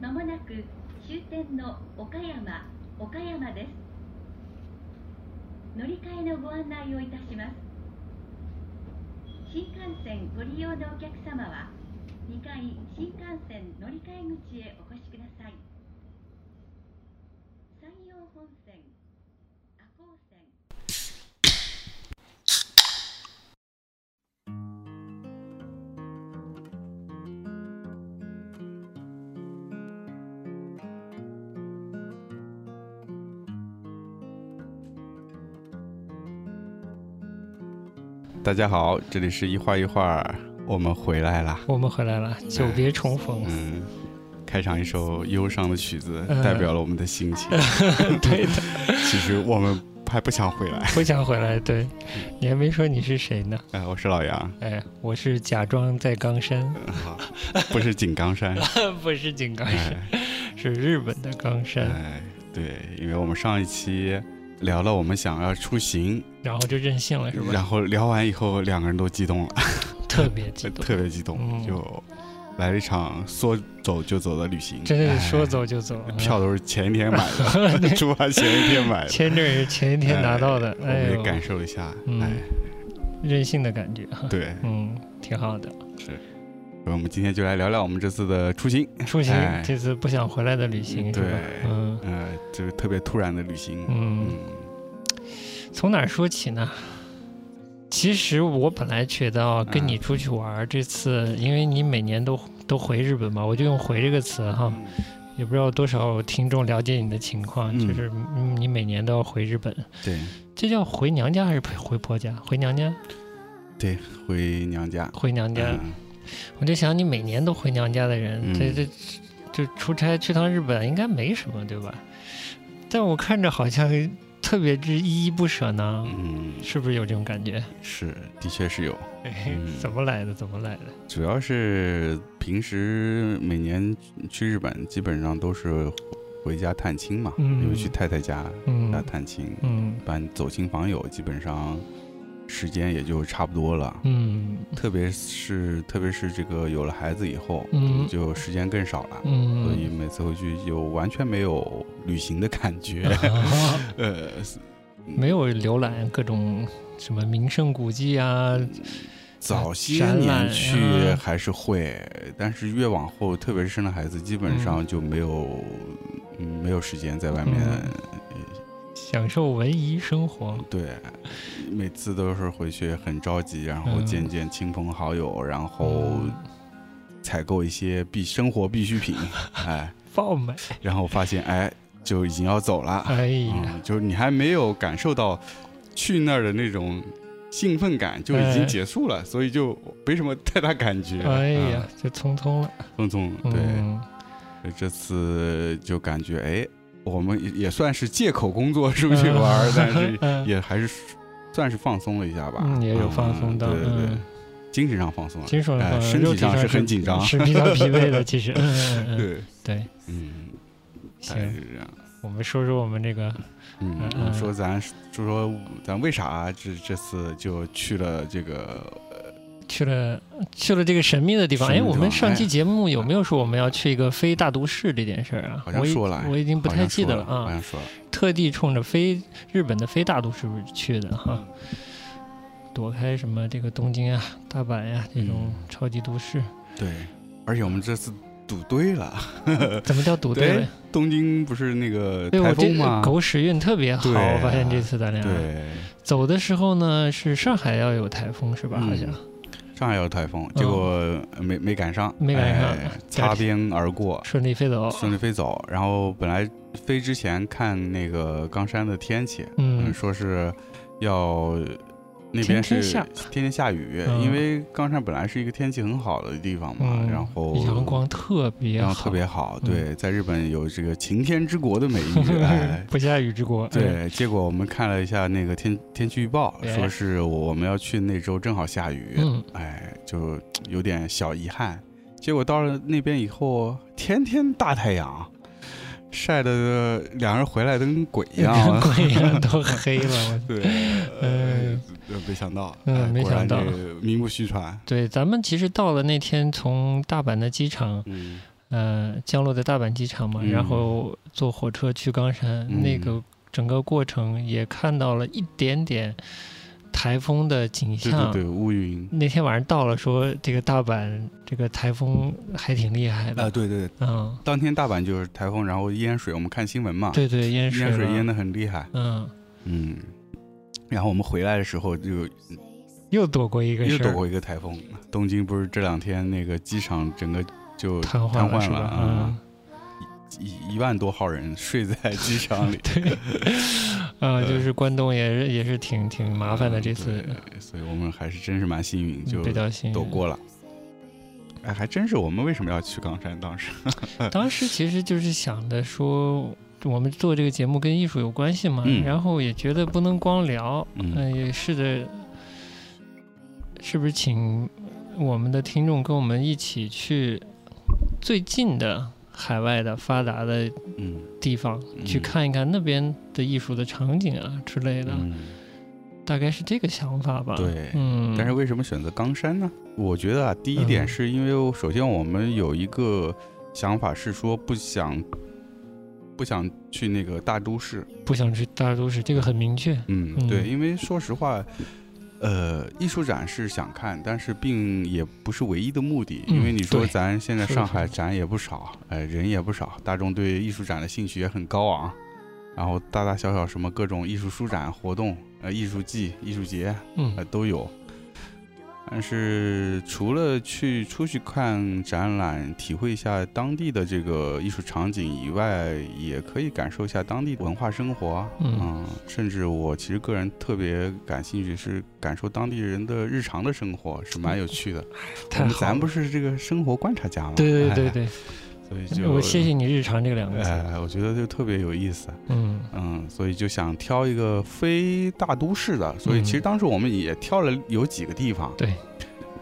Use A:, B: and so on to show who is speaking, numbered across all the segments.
A: まもなく終点の岡山岡山です乗り換えのご案内をいたします新幹線ご利用のお客様は2階新幹線乗り換え口へお越しください山陽本線赤穂線
B: 大家好，这里是一画一画，我们回来啦。
C: 我们回来了，久别重逢。
B: 哎嗯，开场一首忧伤的曲子，
C: 嗯
B: 代表了我们的心 情。
C: 对的，
B: 其实我们还不想回来。
C: 不想回来。对，
B: 嗯
C: 你还没说你是谁呢？
B: 哎，我是老杨，
C: 哎，我是假装在 冈山，
B: 嗯好不是井冈 山。
C: 不是井冈山，
B: 哎
C: 是日本的冈山。
B: 哎，对，因为我们上一期聊了我们想要出行，
C: 然后就任性了，是吧？
B: 然后聊完以后两个人都激动了，嗯
C: 特别激动，
B: 特别激动，
C: 嗯
B: 就来了一场说走就走的旅行。
C: 真的
B: 哎
C: 是说走就走。啊
B: 票都是前一天买 的，出发前一天买的。
C: 签证也是前一天拿到的，
B: 我
C: 哎
B: 们
C: 呦
B: 也，感受了一下，
C: 嗯
B: 哎，
C: 任性的感觉。
B: 对，
C: 嗯，挺好的。
B: 哎所以我们今天就来聊聊我们这次的出行，
C: 出行
B: 哎
C: 这次不想回来的旅行是
B: 对
C: 吧？嗯
B: 呃，就是特别突然的旅行，
C: 嗯。从哪儿说起呢？其实我本来觉得啊，跟你出去玩儿、这次，因为你每年都都回日本嘛，我就用“回”这个词哈，
B: 嗯，
C: 也不知道多少听众了解你的情况，
B: 嗯
C: 就是嗯你每年都要回日本，
B: 对
C: 这叫回娘家还是回回婆家？回娘家，
B: 对，回娘家，
C: 回娘家。
B: 嗯
C: 我就想，你每年都回娘家的人，
B: 嗯
C: 这这就出差去趟日本应该没什么对吧？但我看着好像特别之依依不舍呢，
B: 嗯，
C: 是不是有这种感觉？
B: 是，的确是 有，
C: 哎
B: 嗯，
C: 怎么来的？怎么来的？
B: 主要是平时每年去日本基本上都是回家探亲嘛，
C: 嗯
B: 因为去太太家来
C: 嗯
B: 探亲，
C: 嗯
B: 一般走亲访友，基本上时间也就差不多了，
C: 嗯
B: 特别是特别是这个有了孩子以后，
C: 嗯
B: 就时间更少了。所以
C: 嗯，
B: 每次回去就完全没有旅行的感觉，
C: 啊
B: 呃，
C: 没有浏览各种什么名胜古迹啊，
B: 早些
C: 展览嗯
B: 年
C: 呀
B: 去还是会，但是越往后，特别是生了孩子，基本上就没有，嗯，没有时间在外面。
C: 嗯享受文艺生活。
B: 对，每次都是回去很着急，然后
C: 嗯
B: 见见亲朋好友，然后
C: 嗯
B: 采购一些必生活必 需品，哎，
C: 爆买！
B: 然后发现哎，就已经要走 了，
C: 哎呀，
B: 嗯，就是你还没有感受到去那儿的那种兴奋感，就已经结束了，所以就没什么太大感觉。
C: 哎呀，就匆匆了。
B: 嗯，宋总，啊对，
C: 嗯，
B: 这次就感觉哎，我们也也算是借口工作出去玩儿，但 是
C: 嗯
B: 也还是算是放松了一下吧。
C: 嗯也有放松到
B: 嗯对对对
C: 嗯，
B: 精神上放松了，
C: 精神
B: 哎
C: 上、
B: 身
C: 肉
B: 体
C: 体
B: 上
C: 上
B: 是很紧张。
C: 是比较疲 惫的。其实，嗯嗯嗯，
B: 对，哎
C: 对，
B: 嗯，大概
C: 行，
B: 是这样。
C: 我们说说我们这个，
B: 嗯
C: 嗯，
B: 嗯
C: 嗯
B: 说咱就说咱为啥这这次就去了这个呃
C: 去了去了这个神秘的地方。
B: 神秘
C: 哎，
B: 的地
C: 我
B: 方
C: 们上期
B: 哎
C: 节目有没有说我们要去一个非大都市这件事儿啊？
B: 好像
C: 我已
B: 说了哎
C: 我已经不太记得
B: 了好
C: 啊。
B: 像说了，
C: 特地冲着非日本的非大都市去的哈，
B: 嗯
C: 躲开什么这个东京啊、大阪呀、这种
B: 嗯
C: 超级都市。
B: 对，而且我们这次赌对了，
C: 怎么叫赌对了？
B: 东京不是那个
C: 对我
B: 呃台
C: 这
B: 风吗？
C: 狗啊屎运特别好，
B: 对啊
C: 我发现这次咱俩
B: 对，
C: 走的时候呢，是上海要有台风是吧？
B: 嗯
C: 好像
B: 上海有台风，结果呃没没赶上，
C: 嗯没赶上
B: 哎擦边而过，
C: 顺利飞走。
B: 顺利飞走。然后本来飞之前看那个冈山的天气，嗯，
C: 嗯
B: 说是要那边
C: 天
B: 是
C: 天下
B: 天天下雨，
C: 嗯
B: 因为冈山本来是一个天气很好的地方嘛，
C: 嗯，
B: 然后
C: 阳光特别
B: 然后
C: 好，
B: 特别好，
C: 嗯。
B: 对，在日本有这个晴天之国的美誉，哎
C: 不下雨之 国。哎，
B: 对，结果我们看了一下那个天天气预报，
C: 哎
B: 说是我们要去那周正好下雨，
C: 嗯，
B: 哎，就有点小遗憾。结果到了那边以后，天天大太阳，晒得两人回来都跟鬼一样。
C: 鬼 呀都黑了，我
B: 对，呃
C: 嗯，
B: 没想到，
C: 嗯
B: 哎
C: 没
B: 果然
C: 想到
B: 这名不虚传。
C: 对，咱们其实到了那天，从大阪的机场，
B: 嗯，
C: 呃降落在大阪机场嘛，
B: 嗯
C: 然后坐火车去冈山，
B: 嗯
C: 那个整个过程也看到了一点点台风的景
B: 对
C: 象。
B: 对对，乌云
C: 那天晚上到了，说这个大阪这个台风还挺厉害的，
B: 啊，对对，
C: 嗯，
B: 当天大阪就是台风，然后淹水，我们看新闻嘛，
C: 对对，淹水
B: 啊淹水
C: 了
B: 淹的很厉害，
C: 嗯，
B: 嗯。然后我们回来的时候就
C: 又躲过一个
B: 又
C: 事
B: 躲
C: 儿，
B: 过一个台风，东京不是这两天那个机场整个就
C: 瘫
B: 瘫
C: 痪
B: 痪
C: 是吧？
B: 啊
C: 嗯，
B: 一一万多号人睡在机场里，
C: 嗯对， 呃，就是关东也是也是挺挺 麻烦的，这次嗯
B: 对，所以我们还是真是蛮幸运，嗯就
C: 比较幸运。
B: 躲过了。哎，还真是，我们为什么要去冈山？当时，
C: 当时其实就是想的说，我们做这个节目跟艺术有关系嘛，
B: 嗯
C: 然后也觉得不能光聊，
B: 嗯
C: 呃也试着是不是请我们的听众跟我们一起去最近的海外的发达的
B: 嗯
C: 地方、
B: 嗯
C: 去看一看那边的艺术的场景啊之类的，
B: 嗯，
C: 大概是这个想法吧。
B: 对
C: 嗯，
B: 但是为什么选择冈山呢？我觉得啊，第一点
C: 嗯
B: 是因为首先我们有一个想法是说不想不想去那个大都市，
C: 不想去大都市，这个很明确。
B: 嗯，
C: 嗯
B: 对，因为说实话，呃，艺术展是想看，但是并也不是唯一的目的，因为
C: 嗯
B: 你说
C: 对
B: 咱现在
C: 是的
B: 上
C: 是的
B: 海展也不少，哎、人也不少，大众对艺术展的兴趣也很高昂，然后大大小小什么各种艺术书展活动、呃艺术季、艺术节
C: 嗯
B: 呃都有。但是除了去出去看展览，体会一下当地的这个艺术场景以外，也可以感受一下当地文化生活啊。
C: 嗯
B: 甚至我其实个人特别感兴趣，是感受当地人的日常的生活，是蛮有趣的。
C: 太
B: 我们
C: 好
B: 咱
C: 了
B: 不是这个生活观察家吗？
C: 对对
B: 哎
C: 对对，
B: 所以就
C: 我谢谢。你“日常”这两个字。
B: 哎，我觉得就特别有意思。
C: 嗯
B: 嗯，所以就想挑一个非大都市的，所以其实当时我们也挑了有几个地方，
C: 嗯对，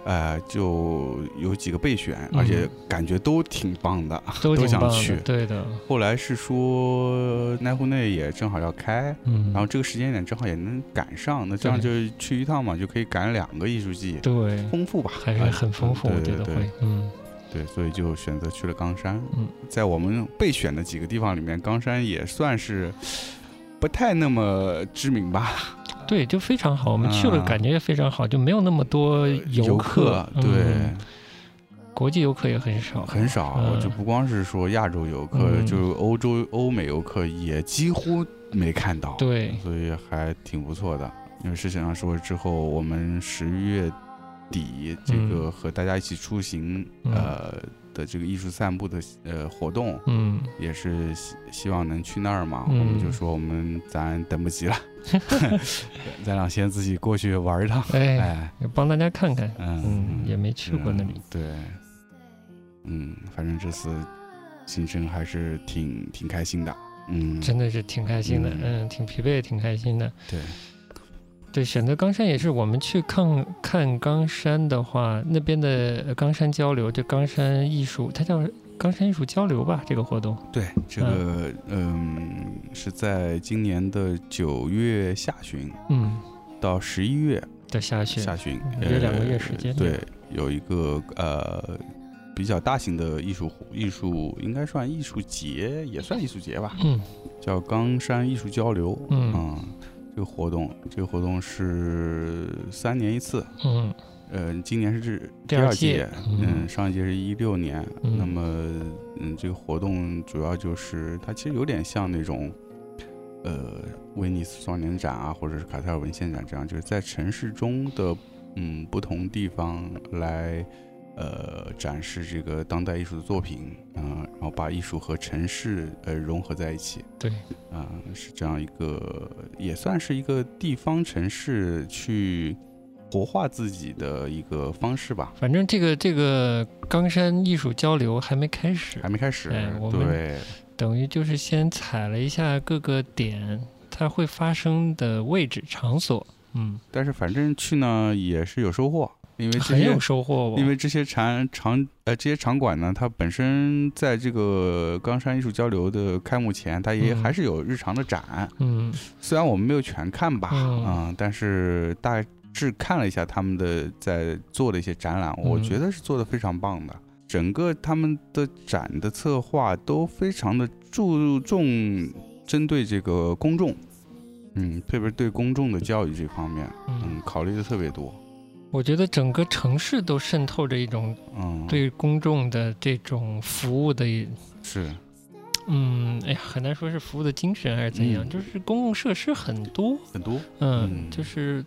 B: 呃，就有几个备选，
C: 嗯
B: 而且感觉都挺棒的。，
C: 都挺
B: 想
C: 棒的
B: 去
C: 对的，
B: 后来是说奈户内也正好要开，
C: 嗯，
B: 然后这个时间点正好也能赶上，那这样就去一趟嘛，就可以赶两个艺术季，
C: 对，
B: 丰富吧，
C: 还是
B: 哎
C: 很丰富，
B: 对
C: 我觉得
B: 对
C: 会，嗯
B: 对，所以就选择去了冈山。
C: 嗯，
B: 在我们备选的几个地方里面，冈山也算是不太那么知名吧。
C: 对，就非常好。我们去了，
B: 啊
C: 感觉也非常好，就没有那么多
B: 呃游
C: 客，
B: 对
C: 嗯，国际游客也很少，
B: 很少，
C: 嗯
B: 就不光是说亚洲游客，
C: 嗯
B: 就是欧洲、欧美游客也几乎没看到，，
C: 对，
B: 所以还挺不错的。因为事情上说之后，我们十月底这个和大家一起出行，
C: 嗯
B: 呃的这个艺术散步的呃活动，
C: 嗯，
B: 也是希希望能去那儿嘛，
C: 嗯
B: 我们就说我们咱等不及了， 咱俩先自己过去玩一趟，
C: 哎，
B: 哎，
C: 帮大家看看，
B: 嗯
C: 嗯，，也没去过那里
B: 嗯，对，嗯，反正这次行程还是挺挺开心的。嗯，
C: 真的是挺开心的，
B: 嗯
C: 嗯，挺疲惫，也挺开心的。
B: 对，
C: 对，选择冈山也是我们去看看冈山的话，那边的呃冈山交流，就冈山艺术，它叫冈山艺术交流吧，这个活动。
B: 对，这个嗯是在今年的九月下旬
C: 嗯，
B: 到十一月
C: 的下雪。
B: 下旬，
C: 嗯约两个月时间
B: 呃对，有一个呃比较大型的艺术活艺术，应该算艺术节，也算艺术节吧，
C: 嗯
B: 叫冈山艺术交流。
C: 嗯
B: 嗯，这个活动，这个活动是三年一次，
C: 嗯
B: 呃，今年是
C: 第
B: 第
C: 二
B: 二
C: 届
B: 届，
C: 嗯
B: 嗯，上一届是一六年。
C: 嗯
B: 那么，嗯，这个活动主要就是它其实有点像那种，呃，威尼斯双年展啊，或者是卡塞尔文献展这样，就是在城市中的嗯不同地方来呃展示这个当代艺术的作品，嗯、然后把艺术和城市呃融合在一起。
C: 对，
B: 啊、是这样一个，也算是一个地方城市去活化自己的一个方式吧。
C: 反正这个这个冈山艺术交流还没开始
B: 还，没开始，
C: 哎我们
B: 对，
C: 等于就是先踩了一下各个点，它会发生的位置场所，嗯，
B: 但是反正去呢也是有收获，因为这
C: 很
B: 些
C: 有，收获哦。
B: 因为这些场场呃这些场馆呢，它本身在这个冈山艺术交流的开幕前，它也
C: 嗯
B: 还是有日常的展，
C: 嗯
B: 虽然我们没有全看吧，啊
C: 嗯
B: 但是大致看了一下他们的在做的一些展览，我
C: 嗯
B: 觉得是做的非常棒的。整个他们的展的策划都非常的注重针对这个公众，嗯，特别是对公众的教育这方面，
C: 嗯，
B: 嗯，考虑的特别多，
C: 我觉得整个城市都渗透着一种
B: 嗯，，
C: 对公众的这种服务的，
B: 是，
C: 嗯，哎呀，很难说是服务的精神还是怎样，
B: 嗯
C: 就是公共设施很多，
B: 很多，
C: 嗯，
B: 嗯
C: 就是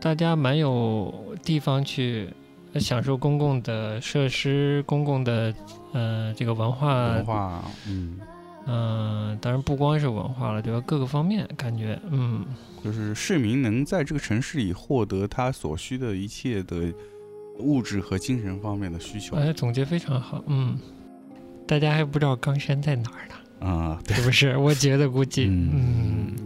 C: 大家蛮有地方去呃享受公共的设施、公共的呃这个文化，
B: 文化，嗯，
C: 嗯、当然不光是文化了，对吧？各个方面感觉，嗯
B: 就是市民能在这个城市里获得他所需的一切的物质和精神方面的需求，
C: 哎，总结非常好，嗯，大家还不知道冈山在哪儿 呢，
B: 啊，对，
C: 是不是？我觉得估计，
B: 嗯
C: 嗯，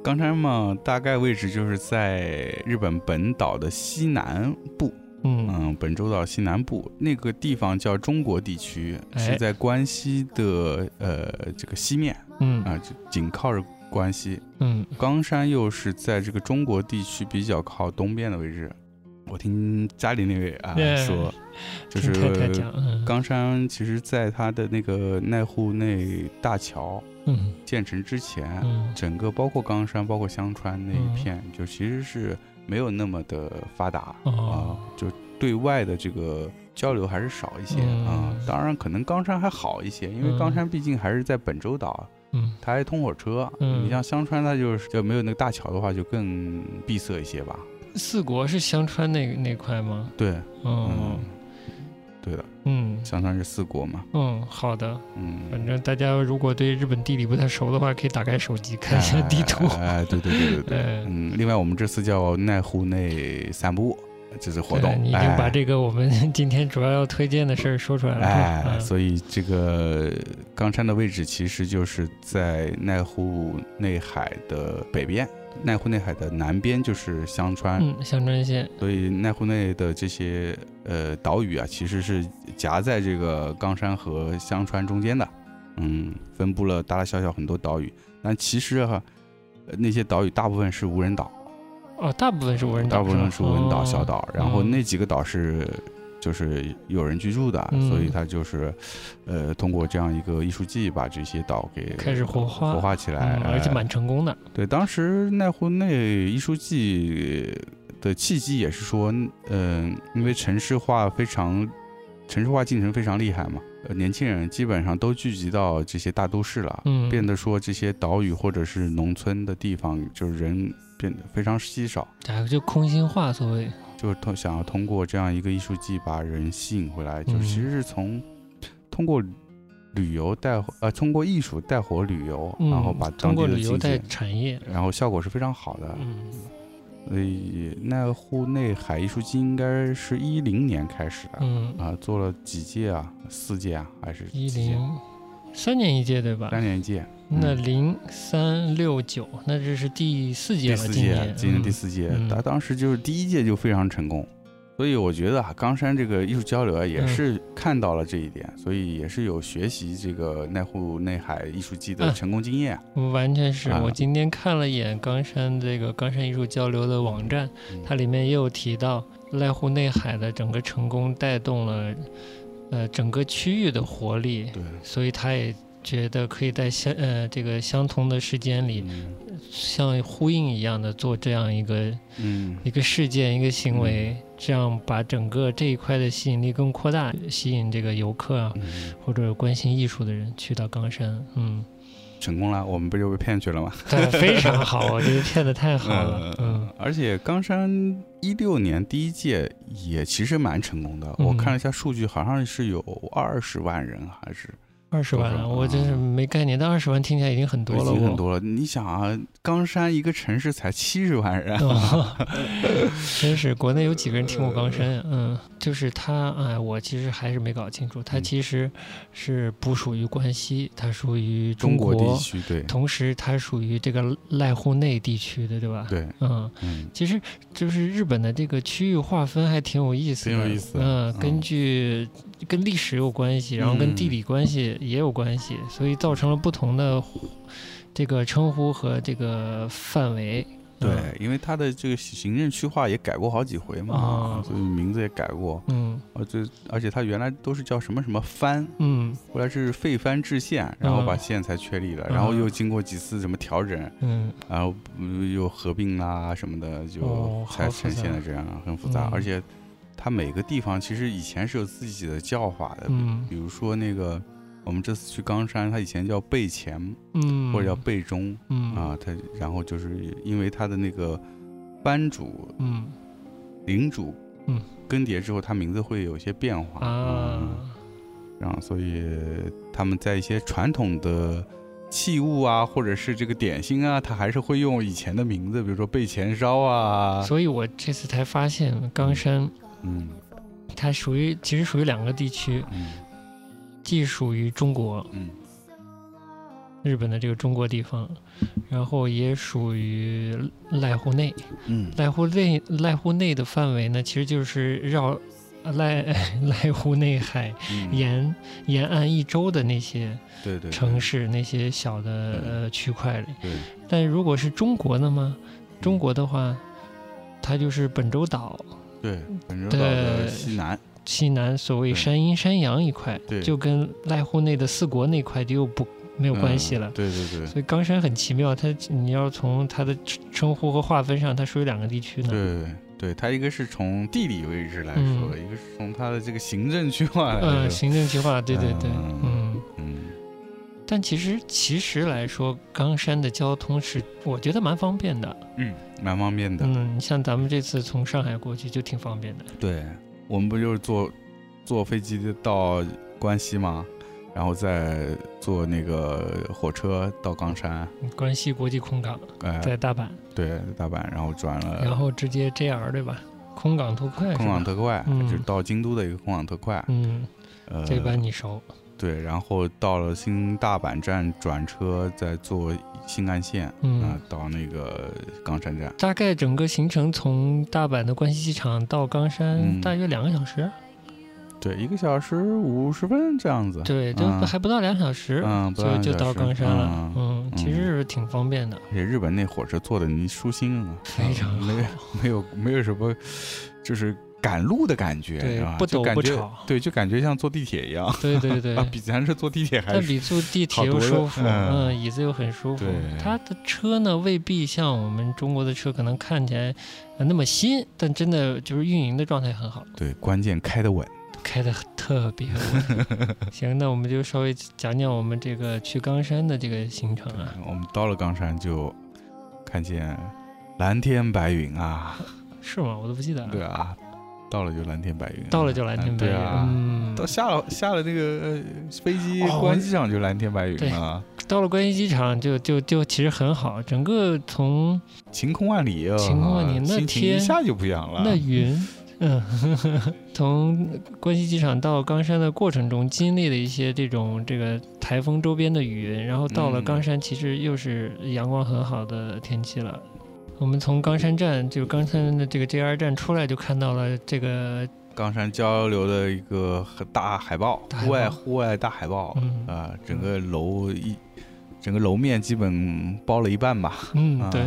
B: 冈山嘛，大概位置就是在日本本岛的西南部，
C: 嗯
B: 嗯，本州岛西南部那个地方叫中国地区，
C: 哎
B: 是在关西的呃这个西面
C: 嗯
B: 啊，就紧靠着关西。
C: 嗯
B: 冈山又是在这个中国地区比较靠东边的位置。我听家里那位啊
C: 哎
B: 说，就
C: 听太太
B: 是
C: 讲，嗯，
B: 冈山其实在它的那个濑户内大桥
C: 嗯
B: 建成之前，
C: 嗯
B: 整个包括冈山、包括香川那一片，就其实是没有那么的发达啊、
C: 哦
B: 就对外的这个交流还是少一些
C: 嗯
B: 啊、当然，可能冈山还好一些，因为
C: 嗯
B: 冈山毕竟还是在本州岛，
C: 嗯
B: 它还通火车。
C: 嗯
B: 你像香川，它就是就没有那个大桥的话，就更闭塞一些吧。
C: 四国是香川那那块吗？
B: 对，
C: 哦
B: 嗯，，对的，
C: 嗯
B: 香川是四国嘛，
C: 嗯，好的。
B: 嗯，
C: 反正大家如果对日本地理不太熟的话，可以打开手机看一下地图。
B: 哎哎哎，对对对对对，
C: 哎
B: 嗯，另外我们这次叫奈户内散步，这次活
C: 对
B: 动，
C: 你已经
B: 哎
C: 把这个我们 今天主要要推荐的事儿说出来 了。
B: 哎，
C: 嗯
B: 所以这个冈山的位置其实就是在濑户内海的北边，濑户内海的南边就是香川，
C: 嗯，香川县，
B: 所以濑户内的这些呃岛屿啊，其实是夹在这个冈山和香川中间的，嗯，分布了大大小小很多岛屿，但其实哈、呃那些岛屿大部分是无人岛，
C: 哦，大部分是无人岛，
B: 大部分是无人岛、
C: 哦
B: 小岛，然后
C: 嗯
B: 那几个岛是就是有人居住的，
C: 嗯
B: 所以它就是呃通过这样一个艺术季把这些岛给
C: 开始活化
B: 活化起来，
C: 嗯，而且
B: 哎
C: 蛮成功的。
B: 对。当时濑户内艺术季的契机也是说，嗯、因为城市化非常城市化进程非常厉害嘛，呃，年轻人基本上都聚集到这些大都市了，
C: 嗯，
B: 变得说这些岛屿或者是农村的地方，就是人变得非常稀少。
C: 哎，就空心化，所谓
B: 就是通想要通过这样一个艺术季把人吸引回来，就
C: 嗯
B: 其实是从通过旅游带火呃，通过艺术带火旅游，
C: 嗯
B: 然后把当地
C: 通过
B: 的啊
C: 旅游
B: 经
C: 带
B: 济，
C: 产业，
B: 然后效果是非常好的。
C: 嗯
B: 所以那户内海艺术季应该是一零年开始的啊、
C: 嗯，
B: 做了几届啊？四届啊？还是
C: 一
B: 几届？
C: 零三年一届对吧？
B: 三年一届，
C: 那
B: 嗯
C: 零三六九，那这是第四届
B: 第
C: 了，
B: 四
C: 今
B: 届
C: 年，
B: 今年第四届
C: 嗯，
B: 他、当时就是第一届就非常成功，所以我觉得啊，冈山这个艺术交流啊，也
C: 嗯
B: 是看到了这一点，所以也是有学习这个濑户内海艺术季的
C: 嗯
B: 成功经验。
C: 嗯完全是
B: 啊
C: 我今天看了一眼冈山这个冈山艺术交流的网站，
B: 嗯
C: 它里面也有提到濑户内海的整个成功带动了呃整个区域的活力，
B: 对，
C: 所以他也觉得可以在相呃这个相同的时间里，
B: 嗯
C: 像呼应一样的做这样一个
B: 嗯，
C: 一个事件一个行为，这样把整个这一块的吸引力更扩大，吸引这个游客啊
B: 嗯
C: 或者关心艺术的人去到冈山，嗯，
B: 成功了，我们不就被骗去了吗？
C: 对，非常好，我觉得骗的太好了，嗯
B: 呃，而且冈山一六年第一届也其实蛮成功的，
C: 嗯
B: 我看了一下数据，好像是有二十万人还是
C: 二十万
B: 多
C: 了，
B: 少
C: 我真是没概念，但二十万听起来已经很
B: 嗯
C: 多
B: 已
C: 了，
B: 经很
C: 我。
B: 多了。你想啊，冈山一个城市才七十万人，
C: 哦， 真是国内有几个人听过冈山呀？嗯，就是他，哎，我其实还是没搞清楚，他
B: 嗯
C: 其实是不属于关西，它属于
B: 中
C: 国，
B: 国地区对
C: 同时它属于这个濑户内地区的，对吧？
B: 对，
C: 嗯，
B: 嗯
C: 其实就是日本的这个区域划分还挺有意思的，
B: 挺有意思
C: 嗯
B: 嗯，
C: 根据跟历史有关系，然后跟
B: 嗯
C: 地理关系也有关系，所以造成了不同的这个称呼和这个范围。
B: 对，因为它的这个行政区划也改过好几回嘛
C: 啊，
B: 所以名字也改过。
C: 嗯
B: 而且而且它原来都是叫什么什么藩，
C: 嗯
B: 后来是废藩置县，然后把县才确立了，然后
C: 嗯
B: 又经过几次什么调整，
C: 嗯
B: 然后嗯又合并啦什么的，就
C: 哦
B: 才
C: 好复
B: 呈现
C: 杂
B: 的这样，很复杂。
C: 嗯
B: 而且它每个地方其实以前是有自己的叫法的，
C: 嗯
B: 比如说那个我们这次去冈山，它以前叫备前
C: 嗯，
B: 或者叫备中
C: 嗯
B: 啊，它然后就是因为它的那个班主、
C: 嗯
B: 领主
C: 嗯
B: 更迭之后，它名字会有一些变化嗯
C: 啊
B: 然后所以他们在一些传统的器物啊，或者是这个点心啊，他还是会用以前的名字，比如说备前烧啊，
C: 所以我这次才发现冈山
B: 嗯
C: 它属于其实属于两个地区，
B: 嗯
C: 既属于中国
B: 嗯
C: 日本的这个中国地方，然后也属于濑户内。
B: 嗯
C: 濑户内濑户内的范围呢，其实就是绕呃濑 濑户内海
B: 嗯，
C: 沿沿岸一周的那些
B: 对对
C: 城，市、那些小的呃区块里。
B: 对，
C: 但如果是中国的吗？中国的话，它就是本州岛
B: 对本州岛的西南，
C: 西南所谓
B: 对
C: 山阴山阳一块
B: 对，嗯
C: 就跟濑户内的四国那块就又不没有关系了。
B: 嗯对对对
C: 所以冈山很奇妙，它你要从它的称称呼和划分上，它属于两个地区呢。
B: 对对，它一个是从地理位置来说，
C: 嗯
B: 一个是从它的这个行政区划来
C: 呃，
B: 说，
C: 行政区划，对对对，
B: 嗯
C: 嗯。
B: 嗯
C: 但其实其实来说，冈山的交通是我觉得蛮方便的。
B: 嗯，蛮方便的。
C: 嗯，像咱们这次从上海过去就挺方便的。
B: 对，我们不就是坐坐飞机到关西吗？然后再坐那个火车到冈山，
C: 嗯关西国际空港
B: 呃，
C: 在大阪，
B: 对，大阪，然后转
C: 然
B: 了
C: 后直接 JR 对吧？空港特快是吧？
B: 空港特快，
C: 嗯
B: 就是到京都的一个空港特快，
C: 嗯，
B: 呃，
C: 这班你熟。
B: 对，然后到了新大阪站转车，再坐新干线啊、
C: 嗯，
B: 到那个冈山站，
C: 大概整个行程从大阪的关西机场到
B: 嗯
C: 冈
B: 啊
C: 山大约两个小时，
B: 对，一个小时五十分这样子，
C: 对，就
B: 嗯
C: 还不到两小时，
B: 嗯，不到
C: 就
B: 两
C: 就
B: 小
C: 到
B: 时
C: 冈山了
B: 嗯。
C: 嗯，其实是挺方便的。
B: 而且日本那火车坐的你舒心啊，
C: 非常
B: 没有没有没有什么，就是赶路的感觉，
C: 对
B: 是吧
C: 不
B: 就
C: 抖
B: 感
C: 不
B: 觉
C: 吵
B: 对，就感觉像坐地铁一样，
C: 对对对
B: 啊，，比咱这坐地铁还
C: 但
B: 是
C: 比坐地
B: 好
C: 铁又
B: 多了
C: 舒服，
B: 嗯
C: 嗯，椅子又很舒服
B: 对。
C: 它的车呢，未必像我们中国的车可能看起来呃那么新，但真的就是运营的状态很好，
B: 对，关键开得稳，
C: 开的特别稳。 行，那我们就稍微讲讲我们这个去冈山的这个行程啊。
B: 我们到了冈山就看见蓝天白云啊，
C: 是吗？我都不记得了。
B: 对啊，到了就蓝天白云啊、
C: 到了就蓝天白
B: 嗯
C: 云。
B: 对啊。
C: 嗯，
B: 到下了下了那个呃飞机
C: 哦
B: 关机场就蓝天白云
C: 对
B: 了，
C: 到了关西机场就就就其实很好，整个从
B: 晴空万里啊，
C: 晴空万里那
B: 心情一
C: 天
B: 下就不一样了。
C: 那云，嗯，从关西机场到冈山的过程中，经历了一些这种这个台风周边的云，然后到了
B: 嗯
C: 冈山，其实又是阳光很好的天气了。我们从冈山站，就冈山的这个 JR 站出来，就看到了这个，
B: 冈山交流的一个很大海报，
C: 大海
B: 户外
C: 报
B: 户外大海报，
C: 嗯
B: 啊、整个楼一整个楼面基本包了一半吧。啊
C: 嗯，对，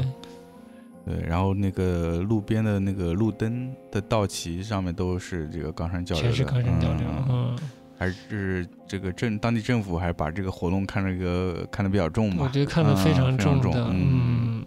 B: 对，然后那个路边的那个路灯的道旗上面都是这个冈山交流的，
C: 全是冈山交流，
B: 嗯嗯
C: 嗯，
B: 还是这个政当地政府还是把这个活动看这个看得比较重吧？
C: 我觉得看得
B: 嗯
C: 非常
B: 重
C: 重的，
B: 嗯，
C: 嗯，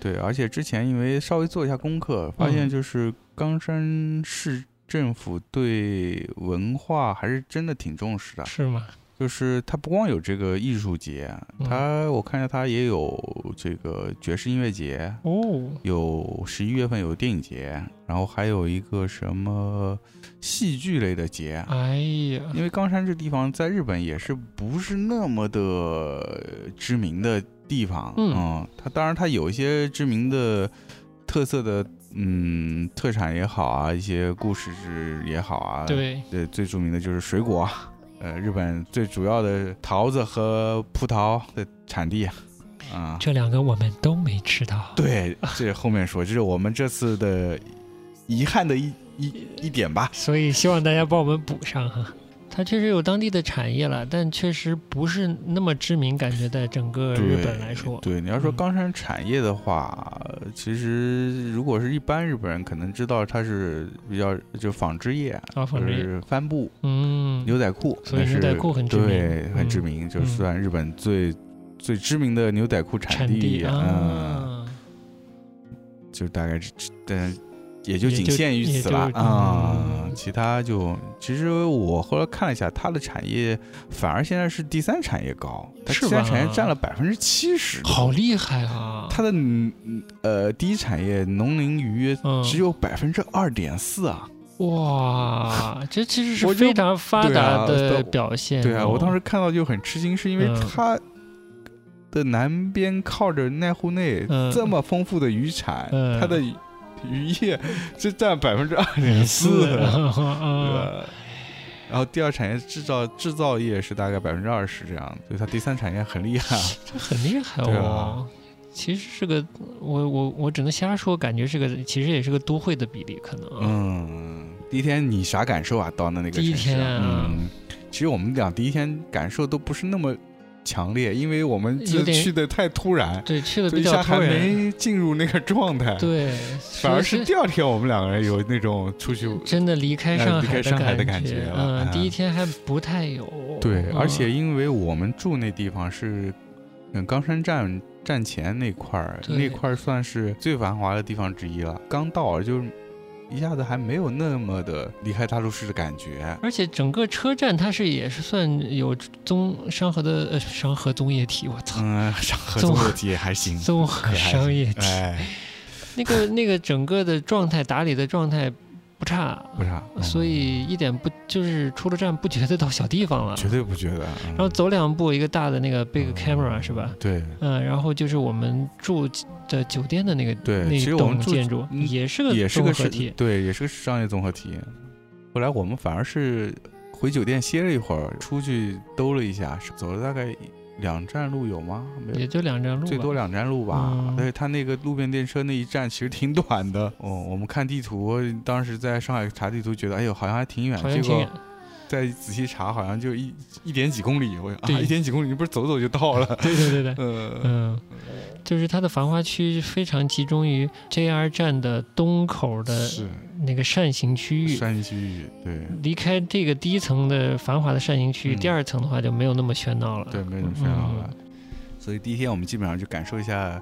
B: 对，而且之前因为稍微做一下功课，发现
C: 嗯
B: 就是冈山市政府对文化还是真的挺重视的，
C: 是吗？
B: 就是它不光有这个艺术节，
C: 嗯
B: 它我看见它也有这个爵士音乐节，
C: 哦，
B: 嗯有十一月份有电影节，然后还有一个什么戏剧类的节。
C: 哎呀，
B: 因为冈山这地方在日本也是不是那么的知名的地方，
C: 嗯
B: 它当然它有一些知名的特色的，嗯，特产也好啊，一些故事是也好啊，
C: 对，
B: 呃，最著名的就是水果，呃，日本最主要的桃子和葡萄的产地啊。啊
C: 这两个我们都没吃到，
B: 对，这后面说，这是我们这次的遗憾的一一一点吧。
C: 所以希望大家帮我们补上哈。它确实有当地的产业了，但确实不是那么知名，感觉在整个日本来说，
B: 对，你要说
C: 嗯
B: 高山产业的话，呃其实如果是一般日本人，可能知道它是比较就纺织业，
C: 啊，纺织
B: 就
C: 业，
B: 是帆布、
C: 嗯，
B: 牛仔裤，
C: 所以
B: 那是
C: 牛仔裤很知名
B: 对，很知
C: 嗯
B: 名，就
C: 嗯
B: 是算日本最最知名的牛仔裤
C: 产
B: 地，嗯，
C: 啊，
B: 就大概是，但也就
C: 也
B: 仅
C: 就
B: 限于
C: 也
B: 此了
C: 就
B: 啊、
C: 嗯
B: 其他就，其实我后来看了一下，它的产业反而现在是第三产业高，它
C: 是
B: 第三产
C: 吧
B: 业占了百分之七十，
C: 好厉害啊！
B: 它的嗯呃第一产业农林渔业
C: 嗯
B: 只有百分之二点四啊、
C: 哇，这其实是
B: 我就
C: 非常发
B: 对啊
C: 达的
B: 对
C: 表现哦。
B: 对啊，我当时看到就很吃惊，是因为
C: 嗯
B: 它的南边靠着濑户内、
C: 嗯
B: 这么丰富的渔产，
C: 嗯
B: 它的渔业只占百分之二点 四，
C: 是
B: 对
C: 啊，
B: 吧？然后第二产业制造制造业是大概百分之二十这样，所以它第三产业很厉害。啊
C: 这很厉害
B: 对啊。
C: 哦其实是个，我我我只能瞎说，感觉是个，其实也是个都会的比例，可能。啊
B: 嗯，第一天你啥感受啊？到那那个
C: 第一
B: 城市
C: 天啊
B: 嗯，其实我们俩第一天感受都不是那么强烈，因为我们
C: 有
B: 这
C: 点
B: 去的太突然，
C: 对，去的
B: 所以
C: 比
B: 一
C: 较
B: 下
C: 突
B: 还
C: 然。
B: 没进入那个状 态。，
C: 对，
B: 反而是
C: 所以
B: 第二天我们两个人有那种出去。
C: 真的离开
B: 呃
C: 上
B: 离
C: 海
B: 开上海
C: 的
B: 的感觉了
C: 嗯，第一
B: 嗯
C: 天还不太有。
B: 对，而
C: 嗯
B: 且因为我们住那地方是，嗯，冈山站站前那块儿，
C: 对
B: 那块儿算是最繁华的地方之一了。刚到就是一下子还没有那么的离开大都市的感觉。
C: 而且整个车站它是也是算有综商河的呃商河综业体，我操，
B: 嗯，上合
C: 综
B: 作
C: 合
B: 的体也还行，
C: 综合
B: 嗯可还
C: 商
B: 行
C: 业体，
B: 哎，
C: 那个那个整个的状态打理的状态不差，
B: 不啥，嗯
C: 所以一点不就是出了站不觉得到小地方了，
B: 绝对不觉得。然
C: 然后走两步一个大的那个 big
B: 嗯
C: camera 是吧？
B: 对
C: 嗯，然后就是我们住的酒店的那个
B: 对，
C: 那
B: 其
C: 一
B: 实我们
C: 栋
B: 住
C: 建筑
B: 嗯
C: 也是个
B: 也是个
C: 综合
B: 是
C: 体，
B: 对，也是个商业综合体。后来我们反而是回酒店歇了一会儿，出去兜了一下，走了大概两站路有吗？没有
C: 也。就两站路吧，
B: 最多两站路吧
C: 嗯，
B: 但是他那个路边电车那一站其实挺短的哦。我们看地图，当时在上海查地图，觉得哎呦好像还挺远，
C: 好像
B: 结
C: 挺
B: 果
C: 远。
B: 再仔细查，好像就一一点几公里。我想
C: 对
B: 啊，一点几公里，你不是走走就到 了？
C: 对对 对对，
B: 呃，
C: 嗯，就是它的繁华区非常集中于 JR 站的东口的
B: 是
C: 那个扇形区域。
B: 山区，对
C: 离开这个第一层的繁华的扇形区域，
B: 嗯
C: 第二层的话就没有那么喧闹了。
B: 对，没有什么烦恼了。
C: 嗯
B: 所以第一天我们基本上就感受一下，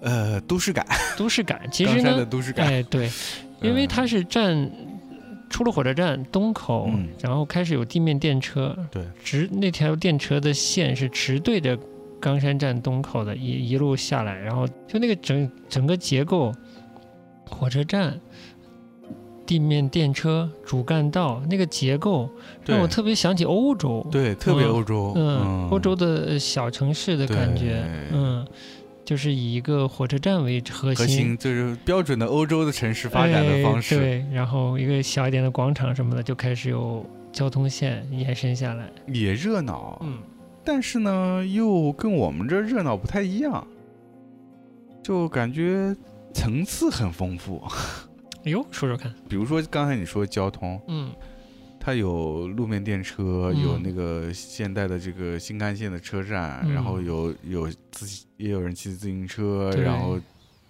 B: 呃，都市感，
C: 都市感其
B: 冈
C: 实
B: 山的
C: 呢，
B: 都市感。嗯
C: 哎，对，因为它是站出了火车站东口，
B: 嗯
C: 然后开始有地面电车，
B: 对，
C: 直那条电车的线是直对着冈山站东口的，一一路下来，然后就那个整整个结构，火车站。地面电车主干道那个结构让我
B: 对
C: 特别想起欧洲，
B: 对，特别欧洲，
C: 嗯，欧洲的呃小城市的感觉，
B: 对
C: 嗯，就是以一个火车站为核
B: 核心就是标准的欧洲的城市发展的方
C: 哎
B: 式，
C: 对，然后一个小一点的广场什么的，就开始有交通线延伸下来，
B: 也热闹，
C: 嗯，
B: 但是呢，又跟我们这热闹不太一样，就感觉层次很丰富。
C: 哎呦，说说看，
B: 比如说刚才你说交通，
C: 嗯，
B: 它有路面电车，
C: 嗯
B: 有那个现代的这个新干线的车站，
C: 嗯
B: 然后有有自己也有人骑自行车，
C: 对
B: 然后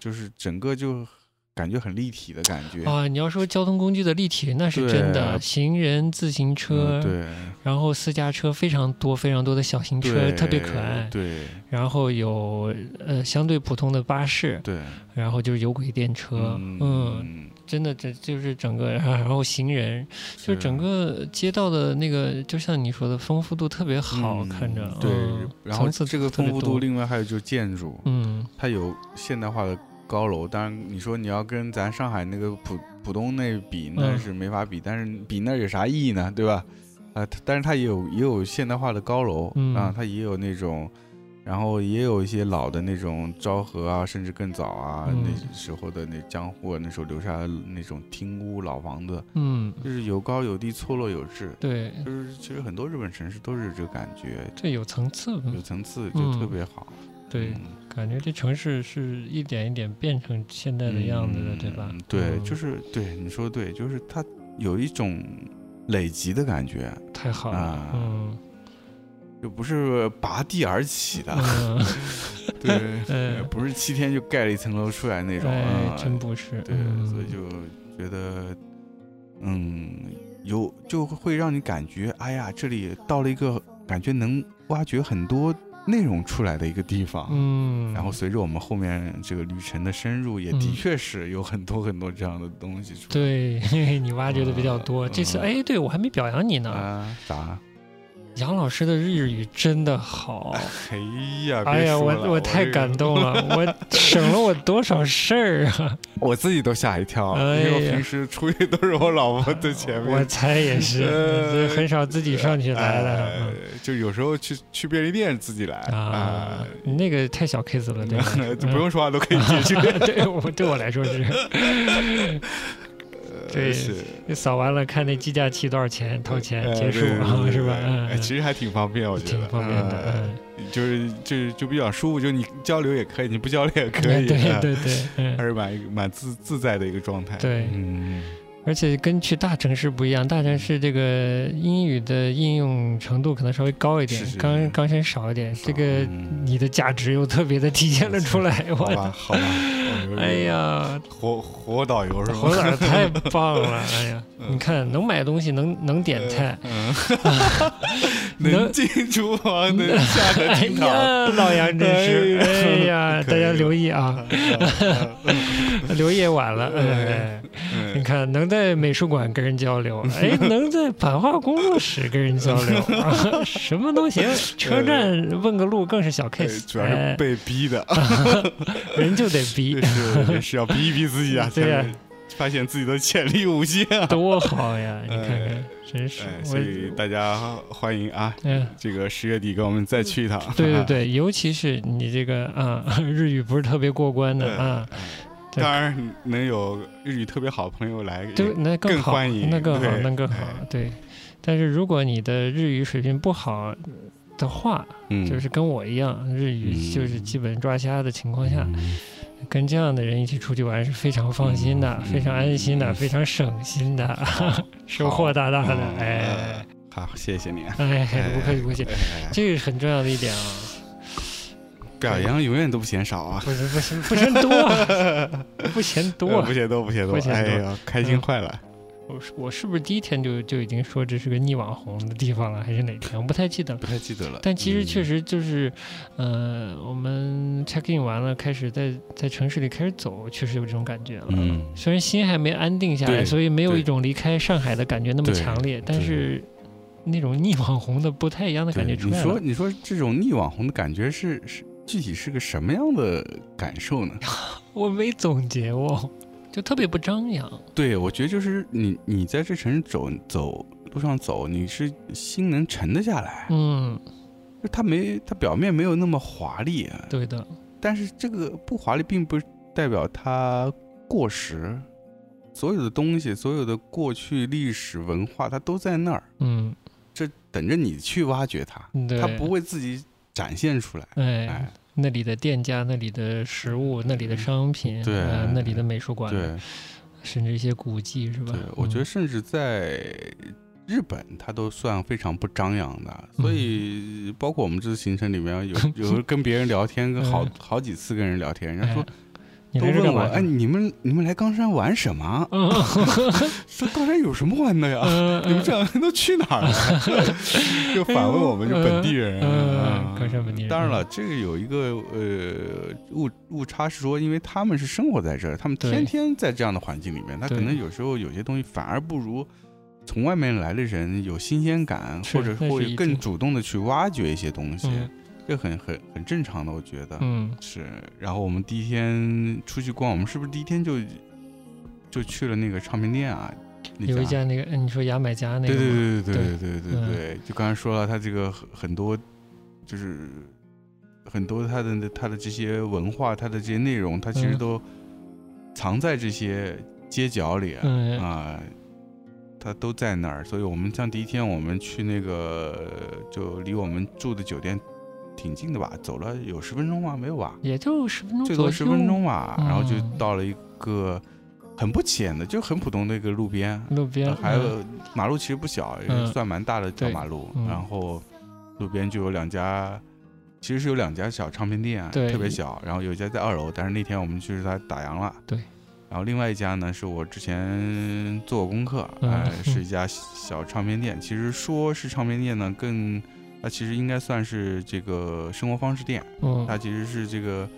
B: 就是整个就感觉很立体的感觉。
C: 啊，你要说交通工具的立体，那是
B: 对
C: 真的，行人、自行车，
B: 嗯，对，
C: 然后私家车非常多，非常多的小型车，
B: 对
C: 特别可爱，
B: 对
C: 然后有呃相对普通的巴士，
B: 对，
C: 然后就是有轨电车，嗯真的，这就是整个，然后行人，就是整个街道的那个，就像你说的，丰富度特别好，
B: 嗯
C: 看着。
B: 对
C: 嗯，
B: 然后
C: 层次
B: 这个
C: 特别
B: 丰富
C: 多
B: 度，另外还有就是建筑，
C: 嗯，
B: 它有现代化的高楼，当然你说你要跟咱上海那个浦浦东那比，那
C: 嗯
B: 是没法比，但是比那有啥意义呢？对吧？啊、它但是它也有也有现代化的高楼、
C: 嗯
B: 啊，它也有那种，然后也有一些老的那种昭和啊，甚至更早啊、
C: 嗯
B: 那时候的那江户啊那时候留下的那种町屋老房子，
C: 嗯，
B: 就是有高有低，错落有致。
C: 对，
B: 就是其实很多日本城市都是这个感觉，
C: 这有层次，
B: 有层次就
C: 嗯
B: 特别好。
C: 对，
B: 嗯
C: 感觉这城市是一点一点变成现在的样子的，对吧
B: 嗯嗯？对，
C: 嗯
B: 就是对你说得对，就是它有一种累积的感觉，
C: 太好了
B: 啊，
C: 嗯
B: 就不是拔地而起的，
C: 嗯，
B: 对，
C: 嗯
B: 不是七天就盖了一层楼出来那种，
C: 哎，
B: 嗯
C: 真不是，
B: 对，
C: 嗯
B: 所以就觉得，嗯，有就会让你感觉，哎呀，这里到了一个感觉能挖掘很多内容出来的一个地方。
C: 嗯，
B: 然后随着我们后面这个旅程的深入，也
C: 嗯
B: 的确是有很多很多这样的东西出来。
C: 对， 嘿嘿你挖掘的比较多。这次，
B: 嗯
C: 哎，对我还没表扬你呢。
B: 啊，咋？
C: 杨老师的日语真的好，
B: 哎呀，
C: 哎
B: 别
C: 呀，
B: 说
C: 我
B: 了
C: 我
B: 我
C: 太
B: 这个
C: 感，动了，我省了我多少事儿啊！
B: 我自己都吓一跳，
C: 哎
B: 因为我
C: 呀哎
B: 平时出去都是我老婆 在前面。
C: 我猜也是，
B: 呃
C: 这很少自己上去来的。
B: 哎
C: 嗯
B: 就有时候去去便利店自己来？
C: 啊，那个太小 case 了，对吧
B: 就不用说话都可以解决。
C: 嗯。 对我对我来 说是，对
B: 是
C: 扫完了看那计价器多少钱，掏钱
B: 哎
C: 结束
B: 对对对对
C: 是吧？
B: 对
C: 嗯
B: 哎其实还挺方便，我觉得
C: 挺方便的。嗯
B: 哎就是就是就比较舒服，就你交流也可以，你不交流也可
C: 哎
B: 以，
C: 对
B: 哎
C: 对对，
B: 还
C: 嗯，
B: 是蛮一个蛮自自在的一个状态。
C: 对
B: 嗯，
C: 而且跟去大城市不一样，大城市这个英语的应用程度可能稍微高一点
B: 是是，是
C: 刚刚先少一点，这个
B: 嗯
C: 你的价值又特别的体现了出来，
B: 好
C: 我，
B: 吧好吧，哦
C: 哎，呀，
B: 活活导游是吗？
C: 侯导太棒了，哎呀，
B: 嗯
C: 你看能买东西，能能点菜，
B: 嗯，
C: 能
B: 能进厨房，能下得
C: 哎
B: 厅堂。
C: 呀，老杨真是，
B: 哎
C: 哎
B: 呀
C: 呀，
B: 可
C: 大
B: 以
C: 家留意啊，留夜晚 了，哎
B: 哎。
C: 哎 你看，能在美术馆跟人 交流，哎，能在版画工作室跟人交流， 啊什么都行。车站问个路更是小 case，
B: 对，主要是
C: 哎
B: 被逼的，
C: 人就得逼
B: 就，是是要逼一逼自己啊，
C: 对呀
B: 才能发现自己的潜力无限啊。
C: 多 好呀！你看看
B: 哎，
C: 真是
B: 哎，所以
C: 我，
B: 大家欢迎啊，
C: 嗯。
B: 这个十月底跟我们再去一趟。
C: 对对， 对，尤其是你这个啊， 日语不是特别过关的啊，对
B: 当然能有日语特别好的朋友来，
C: 对，那
B: 更
C: 好，
B: 欢迎
C: 那更好，
B: 对
C: 那更好，对。但是如果你的日语水平不好的话，
B: 嗯
C: 就是跟我一样，日语就是基本抓瞎的情况下，跟这样的人一起出去玩是非常放心的，
B: 嗯
C: 非常安心的，
B: 嗯
C: 非常省心的， 收获大大的。哎，
B: 好，谢谢你啊，
C: 哎，不客气不客气，
B: 哎
C: 这是很重要的一点啊，
B: 表扬永远都不嫌少啊，
C: 不是不是不嫌多，不嫌
B: 呃
C: 多
B: 不。嫌多不嫌多
C: 不，嫌
B: 哎
C: 多嗯
B: 呀，开心坏了。
C: 我是我是不是第一天就就已经说这是个逆网红的地方了，还是哪天？我不太记得了。
B: 不太记得了，
C: 但其实确
B: 实
C: 实就是，呃，我们 check in 完了，开始在在城市里开始走，确实有这种感觉了。
B: 嗯
C: 虽然心还没安定下来，
B: 对
C: 所以没有
B: 对
C: 一种离开上海的感觉那么
B: 对
C: 强烈，但
B: 对
C: 是那种逆网红的不太一样的感觉
B: 对
C: 出
B: 你
C: 来
B: 说，
C: 了。
B: 你说这种逆网红的感觉是是具体是个什么样的感受呢？
C: 我没总结哦，就特别不张扬。
B: 对，我觉得就是你你在这城市走走路上走，你是心能沉得下来，
C: 嗯，
B: 就它没它表面没有那么华丽啊，
C: 对的，
B: 但是这个不华丽并不代表它过时，所有的东西，所有的过去历史文化，它都在那儿，
C: 嗯，
B: 这等着你去挖掘它，
C: 对。
B: 它不会自己展现出来，
C: 哎
B: 哎，，
C: 那里的店家、那里的食物、那里的商品，
B: 对
C: 呃那里的美术馆，
B: 对。
C: 甚至一些古迹，是吧？
B: 对，我觉得
C: 嗯
B: 甚至在日本，它都算非常不张扬的。
C: 嗯
B: 所以，包括我们这次行程里面，有 有时候跟别人聊天，跟好
C: 嗯
B: 好几次跟人聊天，人家说
C: 哎你
B: 都
C: 来这干
B: 问我，
C: 嘛？
B: 哎，你们你们来冈山玩什么？
C: 嗯，
B: 说冈山有什么玩的呀？
C: 嗯
B: 你们这两天都去哪 儿了？就反问我们，就本地人。
C: 嗯
B: 啊
C: 冈山本地人
B: 当然了，这个有一个呃误误差是说，因为他们是生活在这儿，他们
C: 对
B: 天天在这样的环境里面，他
C: 对
B: 可能有时候有些东西反而不如从外面来的人有新鲜感，
C: 是
B: 或者
C: 那是
B: 会
C: 一
B: 更
C: 定
B: 主动的去挖掘一些东西
C: 嗯，
B: 这很很很正常的，我觉得
C: 嗯，
B: 是。然后我们第一天出去逛，我们是不是第一天就就去了那个唱片店啊？那
C: 有一
B: 家
C: 家那个，哎你说牙买加那个
B: 对
C: 吗，
B: 对对对
C: 对嗯
B: 对对对对对，就刚才说了，他这个很很多就是很多他的他的这些文化，他的这些内容，他其实
C: 嗯
B: 都藏在这些街角里啊
C: 嗯，
B: 啊，他都在那儿。所以我们像第一天我们去那个就离我们住的酒店挺近的吧，走了有十分钟吗？没有吧，
C: 也就十分钟
B: 最
C: 左
B: 多
C: 右
B: 十分，钟吧。然后就
C: 嗯
B: 到了一个很不浅的，就很普通的一个路边，
C: 路边
B: 还
C: 嗯
B: 有马路其实不小，也
C: 嗯
B: 算蛮大的一条
C: 对
B: 马路。
C: 嗯
B: 然后路边就有两家，其实是有两家小唱片店，
C: 对
B: 特别小。然后有一家在二楼，但是那天我们去它打烊了。
C: 对。
B: 然后另外一家呢，是我之前做过功课，
C: 嗯
B: 哎，是一家小唱片店。其实说是唱片店呢，更它其实应该算是这个生活方式店，
C: 嗯
B: 它其实是这个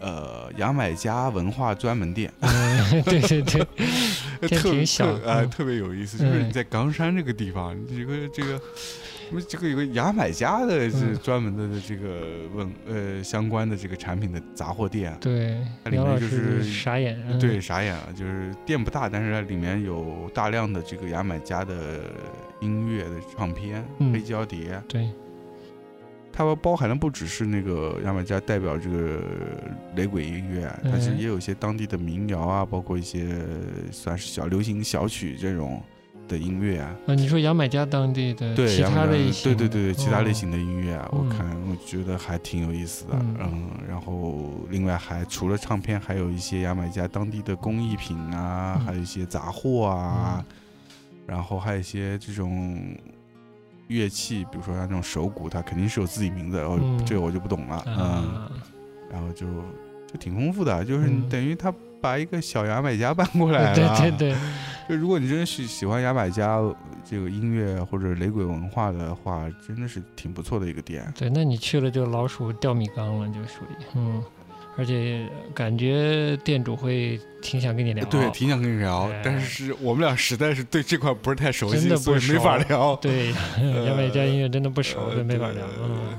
B: 呃牙买加文化专门 店。
C: 嗯，对 对对，这
B: 特别
C: 挺小
B: 特哎，
C: 嗯
B: 特别有意思，就是你
C: 嗯
B: 在冈山这个地方，有个这个，什么这个有个牙买加的这
C: 嗯
B: 专门的这个问呃相关的这个产品的杂货店，
C: 对，
B: 它里
C: 杨
B: 面
C: 老
B: 就
C: 师
B: 是
C: 傻眼，嗯
B: 对，傻眼了，就是店不大，但是它里面有大量的这个牙买加的音乐的唱片、
C: 嗯
B: 黑胶碟，
C: 对，
B: 它包含的不只是那个牙买加代表这个雷鬼音乐，它其实
C: 嗯
B: 也有一些当地的民谣啊，包括一些算是小流行小曲这种的音乐啊。
C: 啊，你说牙买加当地的
B: 对，
C: 其
B: 牙买
C: 他
B: 加
C: 类
B: 的
C: 型
B: 对
C: 的，
B: 对对对，其他类
C: 哦
B: 型的音乐啊，我
C: 嗯
B: 看我觉得还挺有意思的。
C: 嗯
B: 嗯，然后另外还除了唱片，还有一些牙买加当地的工艺品啊，
C: 嗯
B: 还有一些杂货啊，然后还有一些这种乐器，比如说像这种手鼓，它肯定是有自己名字的，哦
C: 嗯
B: 这个我就不懂了。嗯，
C: 啊，
B: 然后就就挺丰富的，就是
C: 嗯
B: 等于他把一个小牙买加搬过来了。
C: 对对对，
B: 就如果你真的是喜欢牙买加呃这个音乐或者雷鬼文化的话，真的是挺不错的一个店。
C: 对，那你去了就老鼠掉米缸了，就属于嗯，而且感觉店主会挺想跟你聊，
B: 呃
C: 啊
B: 对，挺想跟你聊
C: 哎，
B: 但是我们俩实在是对这块不是太熟悉，
C: 真的
B: 所
C: 不
B: 以没法
C: 熟
B: 聊。
C: 对，牙买加音乐真的不熟，
B: 呃
C: 对，没法聊，
B: 对
C: 嗯，
B: 对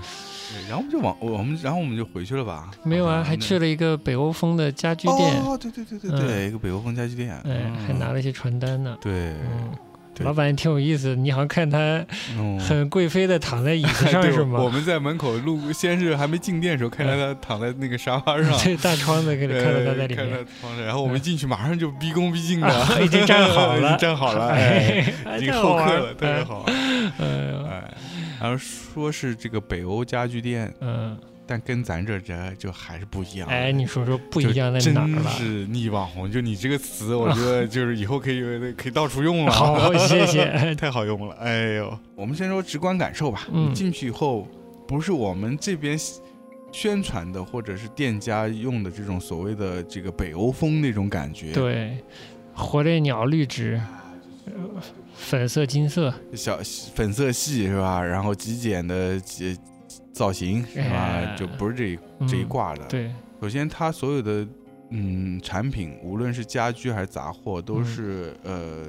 B: 然后我们就往我们，然后我们就回去了吧？嗯
C: 没有啊，还去
B: 了
C: 了一个北欧风的家具店，
B: 哦，对对对对对，一个北欧风家具店，
C: 嗯哎，还拿
B: 了
C: 了一些传单呢，
B: 对，
C: 嗯。
B: 嗯对
C: 老板也挺有意思，你好像看他
B: 嗯
C: 很贵妃的躺在椅子 上
B: 对
C: 是
B: 我
C: 吗？嗯
B: 们在门口路，先是还没进店的时候，看到他躺在那个沙发上，
C: 对，大窗子给你
B: 呃
C: 看到他在里
B: 看
C: 面嗯
B: 到，窗帘然后我们进去马上就毕恭毕敬 的，
C: 啊已经站好了
B: 已经站好 了，哎，
C: 哎，
B: 已经
C: 太好
B: 候客
C: 玩哎
B: 了，特别。好，
C: 嗯
B: 哎。然后说是这个北欧家具店，
C: 嗯，
B: 但跟咱这这就还是不一样。
C: 哎，你说说不
B: 就
C: 一样在哪儿
B: 真
C: 了？
B: 是逆网红，就你这个词， 我觉得就是以后可以可以到处用了。
C: 好，谢谢。哎
B: 太好用了，哎呦！我们先说直观感受吧。
C: 嗯
B: 你进去以后，不是我们这边宣传的，或者是店家用的这种所谓的这个北欧风那种感觉，，
C: 对，火烈鸟绿植，呃粉色金色，
B: 小粉色系是吧？然后极简的极造型是吧？
C: 哎
B: 就不是这一
C: 嗯
B: 这一。挂的。，
C: 对，
B: 首先它所有的嗯产品，无论是家居还是杂货，都
C: 嗯
B: 是、呃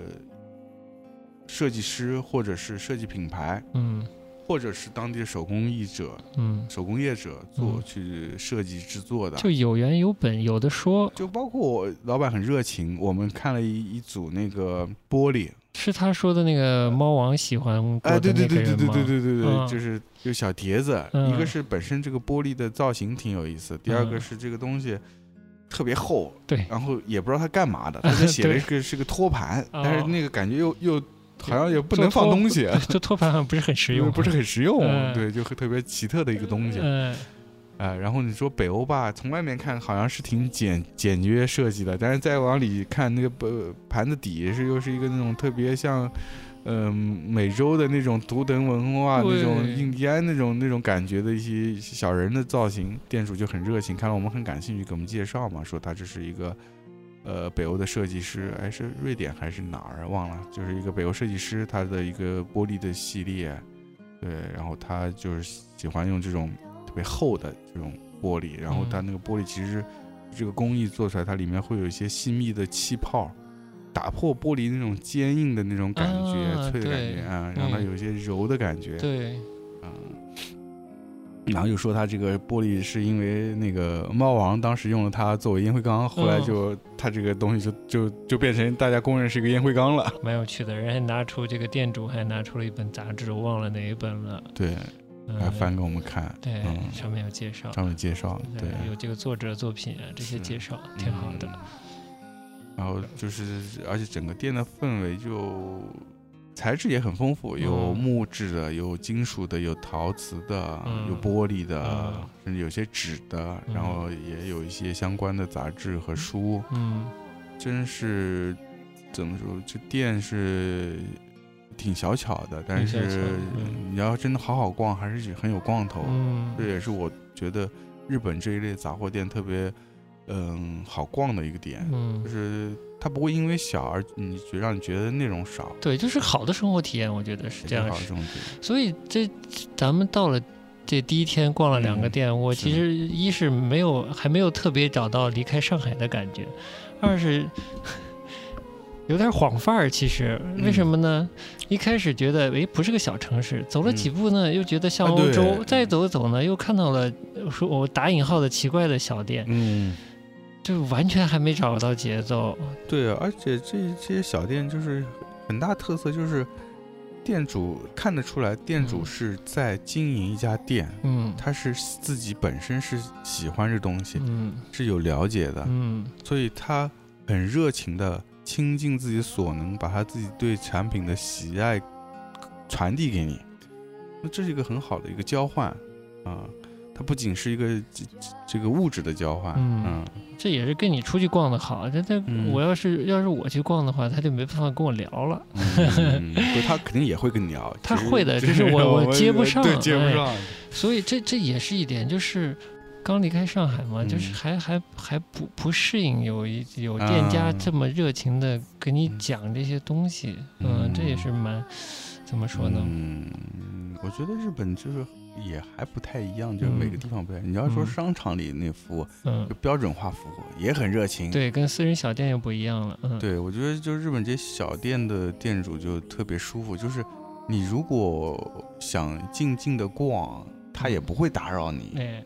B: 设计师或者是设计品牌，
C: 嗯
B: 或者是当地的手工艺者
C: 嗯，
B: 手工业者做、
C: 嗯
B: 去设计制作的，
C: 就有缘有本，有的说
B: 就包括我老板很热情，我们看了一一组那个玻璃，
C: 是他说的那个猫王喜欢
B: 嗯哎，
C: 过
B: 对
C: 的
B: 对
C: 那
B: 对对
C: 个人
B: 对
C: 吗
B: 对对对对，
C: 嗯
B: 就是有小碟子，
C: 嗯
B: 一个是本身这个玻璃的造型挺有意思，第二个
C: 嗯
B: 是这个东西。特别厚，
C: 对
B: 然后也不知道它干嘛 的，它就写了
C: 对
B: 一个是个托盘，
C: 哦
B: 但是那个感觉又又好像也不
C: 做
B: 能放
C: 托
B: 东西，
C: 这托盘好像不是很实
B: 因为
C: 用，
B: 不是很实用，
C: 嗯
B: 对，就特别奇特的一个东西。
C: 嗯，
B: 啊，然后你说北欧吧，从外面看好像是挺简简约设计的，但是再往里看，那个呃盘子底是又是一个那种特别像，嗯、美洲的那种图腾文化、那种
C: 对
B: 印第安那种那种感觉的一些小人的造型。店主就很热情，看到我们很感兴趣，给我们介绍嘛，说他这是一个。呃，北欧的设计师，哎，是瑞典还是哪儿啊忘了？就是一个北欧设计师，他的一个玻璃的系列，对，然后他就是喜欢用这种特别厚的这种玻璃，然后它
C: 嗯
B: 那个玻璃其实这个工艺做出来，它里面会有一些细密的气泡，打破玻璃那种坚硬的那种感觉、
C: 啊
B: 脆的感
C: 对
B: 觉啊，让它
C: 嗯
B: 有一些柔的感觉。
C: 对，
B: 嗯，然后又说它这个玻璃是因为那个猫王当时用了它作为烟灰缸，后来
C: 嗯
B: 就、它这个东西就就就变成大家公认是一个烟灰缸了。
C: 蛮有趣的。人还拿出这个店主还拿出了一本杂志，我忘了哪一本了。
B: 对，
C: 嗯，
B: 还翻给我们看，
C: 对，
B: 嗯
C: 上面有介绍，
B: 上面介绍，嗯对，
C: 有这个作者作品啊，这些
B: 是
C: 介绍挺好的。
B: 嗯然后就是，而且整个店的氛围就材质也很丰富，有
C: 嗯
B: 木质的，有金属的，有陶瓷的，
C: 嗯
B: 有玻璃的
C: 嗯，
B: 甚至有些纸的，
C: 嗯
B: 然后也有一些相关的杂志和书。
C: 嗯，
B: 真是怎么说，这店是挺小巧的，但
C: 挺小巧
B: 是
C: 嗯
B: 你要真的好好逛，还是很有逛头。
C: 嗯，
B: 这也是我觉得日本这一类杂货店特别嗯好逛的一个点，就
C: 嗯，
B: 是它不会因为小而你觉让你觉得内容少，
C: 对，就是好的生活体验，我觉得是这
B: 挺
C: 样
B: 好的
C: 是
B: 这种点。
C: 所以这咱们到了这第一天逛了两个店，我
B: 嗯是
C: 其实一是没有还没有特别找到离开上海的感觉，二是 有点晃范儿。其实
B: 嗯
C: 为什么呢？一开始觉得诶不是个小城市，走了几步呢，又觉得
B: 嗯
C: 像
B: 啊
C: 欧洲，
B: 对
C: 再走走呢又看到了说我打引号的奇怪的小店，
B: 嗯，
C: 就完全还没找到节奏。
B: 对啊，而且这这些小店就是很大特色，就是店主看得出来，店主
C: 嗯
B: 是在经营一家店，
C: 嗯
B: 他是自己本身是喜欢这东西，
C: 嗯
B: 是有了解的，
C: 嗯
B: 所以他很热情的倾尽自己所能，把他自己对产品的喜爱传递给你。那这是一个很好的一个交换啊、它不仅是一个这这个物质的交换，
C: 嗯
B: 嗯
C: 这也是跟你出去逛的好。这这，
B: 嗯
C: 我要是要是我去逛的话，他就没办法跟我聊了。
B: 嗯， 不他肯定也会跟你聊，
C: 他
B: 只是
C: 会的
B: 只
C: 只是我 我接不上
B: 对，接不
C: 哎
B: 上，
C: 所以这这也是一点，就是刚离开上海嘛，
B: 嗯
C: 就是还还还不不适应有一有店家
B: 啊
C: 这么热情的给你
B: 嗯
C: 讲这些东西，
B: 嗯
C: 嗯，这也是蛮怎么说呢？
B: 嗯，我觉得日本就是也还不太一样，就是每个
C: 嗯
B: 地方不太。你要说
C: 嗯
B: 商场里那服务，
C: 嗯
B: 就，标准化服务也很热情，
C: 对，跟私人小店又不一样了，嗯，
B: 对，我觉得就日本这些小店的店主就特别舒服，就是你如果想静静的逛，他也不会打扰你。
C: 嗯哎，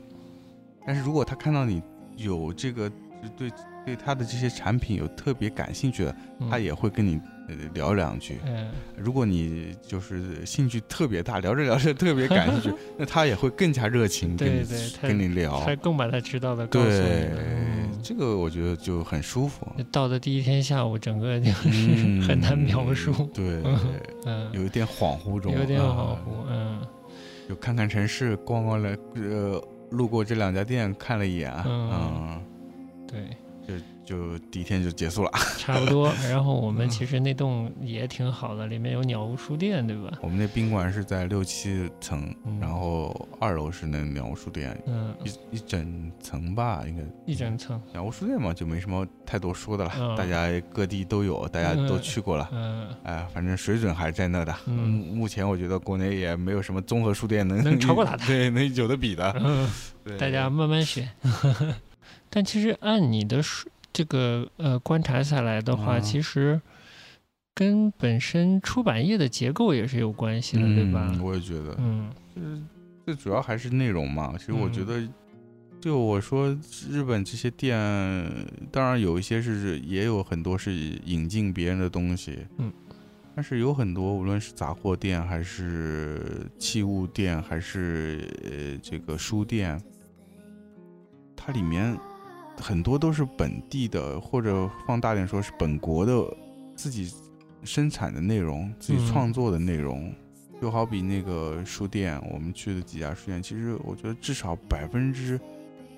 B: 但是如果他看到你有这个就对对他的这些产品有特别感兴趣的，
C: 嗯
B: 他，也会跟你呃聊两句。
C: 嗯，
B: 如果你就是兴趣特别大，聊着聊着特别感兴 趣，那他也会更加热情跟
C: 对
B: 你
C: 对他
B: 跟你聊。
C: 他更把他知道的告诉你
B: 对
C: 了。嗯，
B: 这个我觉得就很舒服。
C: 就到的第一天下午，整个就是
B: 嗯
C: 很难描述，
B: 对，
C: 嗯嗯，
B: 有一点恍惚中，
C: 有点恍
B: 啊
C: 惚，嗯
B: 就看看城市，逛逛了，呃，路过这两家店看了一眼，
C: 嗯
B: 嗯，
C: 对。
B: 就第一天就结束了。
C: 差不 多。然后我们其实那栋也挺好的，里面有鸟屋书店，对吧？
B: 我们那宾馆是在六七层，
C: 嗯
B: 然后二楼是那鸟屋书店，
C: 嗯，
B: 一一整层吧，应该
C: 一整层，
B: 鸟屋书店嘛，就没什么太多说的了，
C: 嗯
B: 大家各地都有，大家都去过了。
C: 嗯，
B: 哎，反正水准还是在那的。
C: 嗯
B: 目前我觉得国内也没有什么综合书店能
C: 能超过它 的
B: 对，能有的比的。
C: 嗯
B: 对
C: 大家慢慢选。 但其实按你的说这个呃观察下来的话，
B: 嗯
C: 其实跟本身出版业的结构也是有关系的，对吧？
B: 嗯我也觉得，
C: 嗯
B: 就是最主要还是内容嘛。其实我觉
C: 嗯
B: 得，对我说，日本这些店，当然有一些是也有很多是引进别人的东西，
C: 嗯，
B: 但是有很多无论是杂货店，还是器物店，还是呃这个书店，它里面很多都是本地的，或者放大点说是本国的自己生产的内容，自己
C: 嗯
B: 创作的内容。就好比那个书店，我们去的几家书店，其实我觉得至少百分之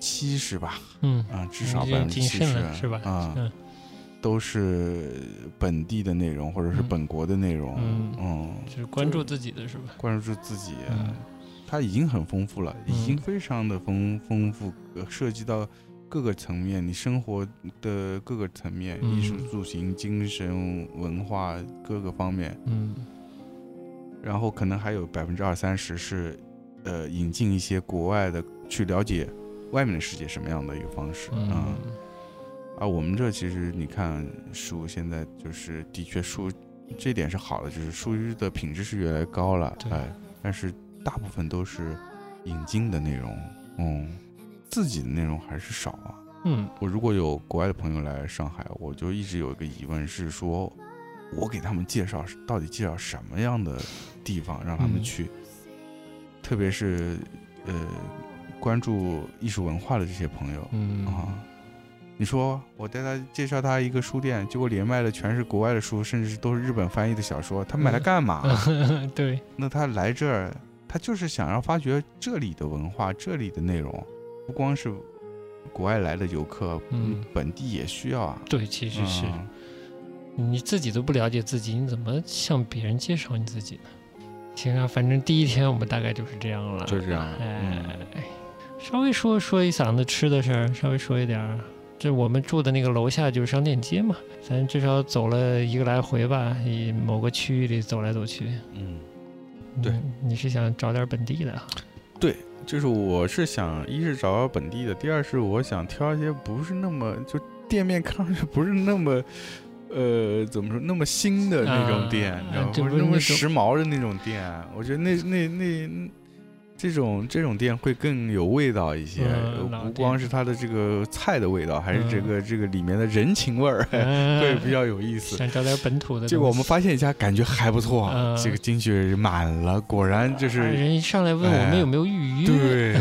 B: 七十吧，
C: 嗯
B: 啊、至少
C: 你
B: 百
C: 就
B: 分之
C: 谨
B: 七十
C: 慎了是吧
B: 啊、
C: 嗯
B: 都是本地的内容或者是
C: 嗯
B: 本国的内容，
C: 嗯
B: 嗯，
C: 就是关注自己的是吧？
B: 关注自己，
C: 嗯
B: 它已经很丰富了，
C: 嗯
B: 已经非常的丰丰富，呃涉及到各个层面，你生活的各个层面，
C: 嗯
B: 艺术、塑形、精神、文化各个方面，
C: 嗯
B: 然后可能还有百分之二三十是，呃，引进一些国外的去了解外面的世界什么样的一个方式，
C: 嗯
B: 啊啊，我们这其实你看书现在就是的确书这点是好的，就是书的品质是越来越高了，
C: 对
B: 哎，但是大部分都是引进的内容，嗯，自己的内容还是少啊。
C: 嗯
B: 我如果有国外的朋友来上海，我就一直有一个疑问是说，我给他们介绍到底介绍什么样的地方让他们
C: 嗯
B: 去，特别是呃关注艺术文化的这些朋友，
C: 嗯
B: 啊，你说我带他介绍他一个书店，结果连卖的全是国外的书，甚至是都是日本翻译的小说，他买
C: 嗯
B: 来干嘛？
C: 对，
B: 那他来这儿，他就是想要发掘这里的文化，这里的内容，不光是国外来的游客，
C: 嗯，
B: 本地也需要啊。
C: 对，其实是、
B: 嗯
C: 你自己都不了解自己，你怎么向别人介绍你自己呢？行啊，反正第一天我们大概就是这样了，
B: 就是这样
C: 哎
B: 嗯，
C: 稍微说说一嗓子吃的事儿，稍微说一点儿。这我们住的那个楼下就是商店街嘛，咱至少走了一个来回吧，以某个区域里走来走去。
B: 嗯，
C: 嗯
B: 对，
C: 你是想找点本地 的啊？
B: 就是我是想，一是找到本地的，第二是我想挑一些不是那么就店面看上去不是那么。呃，怎么说那么新的那种店，
C: 啊
B: 你知道吗？
C: 就
B: 或
C: 不
B: 者
C: 是
B: 那
C: 那
B: 么
C: 种
B: 时髦的那种店，我觉得那那那这种这种店会更有味道一些，
C: 嗯老
B: 不
C: 店
B: 光是它的这个菜的味道，还是这
C: 嗯
B: 个、这个里面的人情味儿，会
C: 对
B: 比较有意思。
C: 想找点本土 的东西。
B: 结果我们发现一家，感觉还不错，
C: 嗯
B: 这个进去满了，果然就
C: 啊
B: 是、
C: 人一上来问我
B: 哎
C: 们有没 有预约，
B: 对，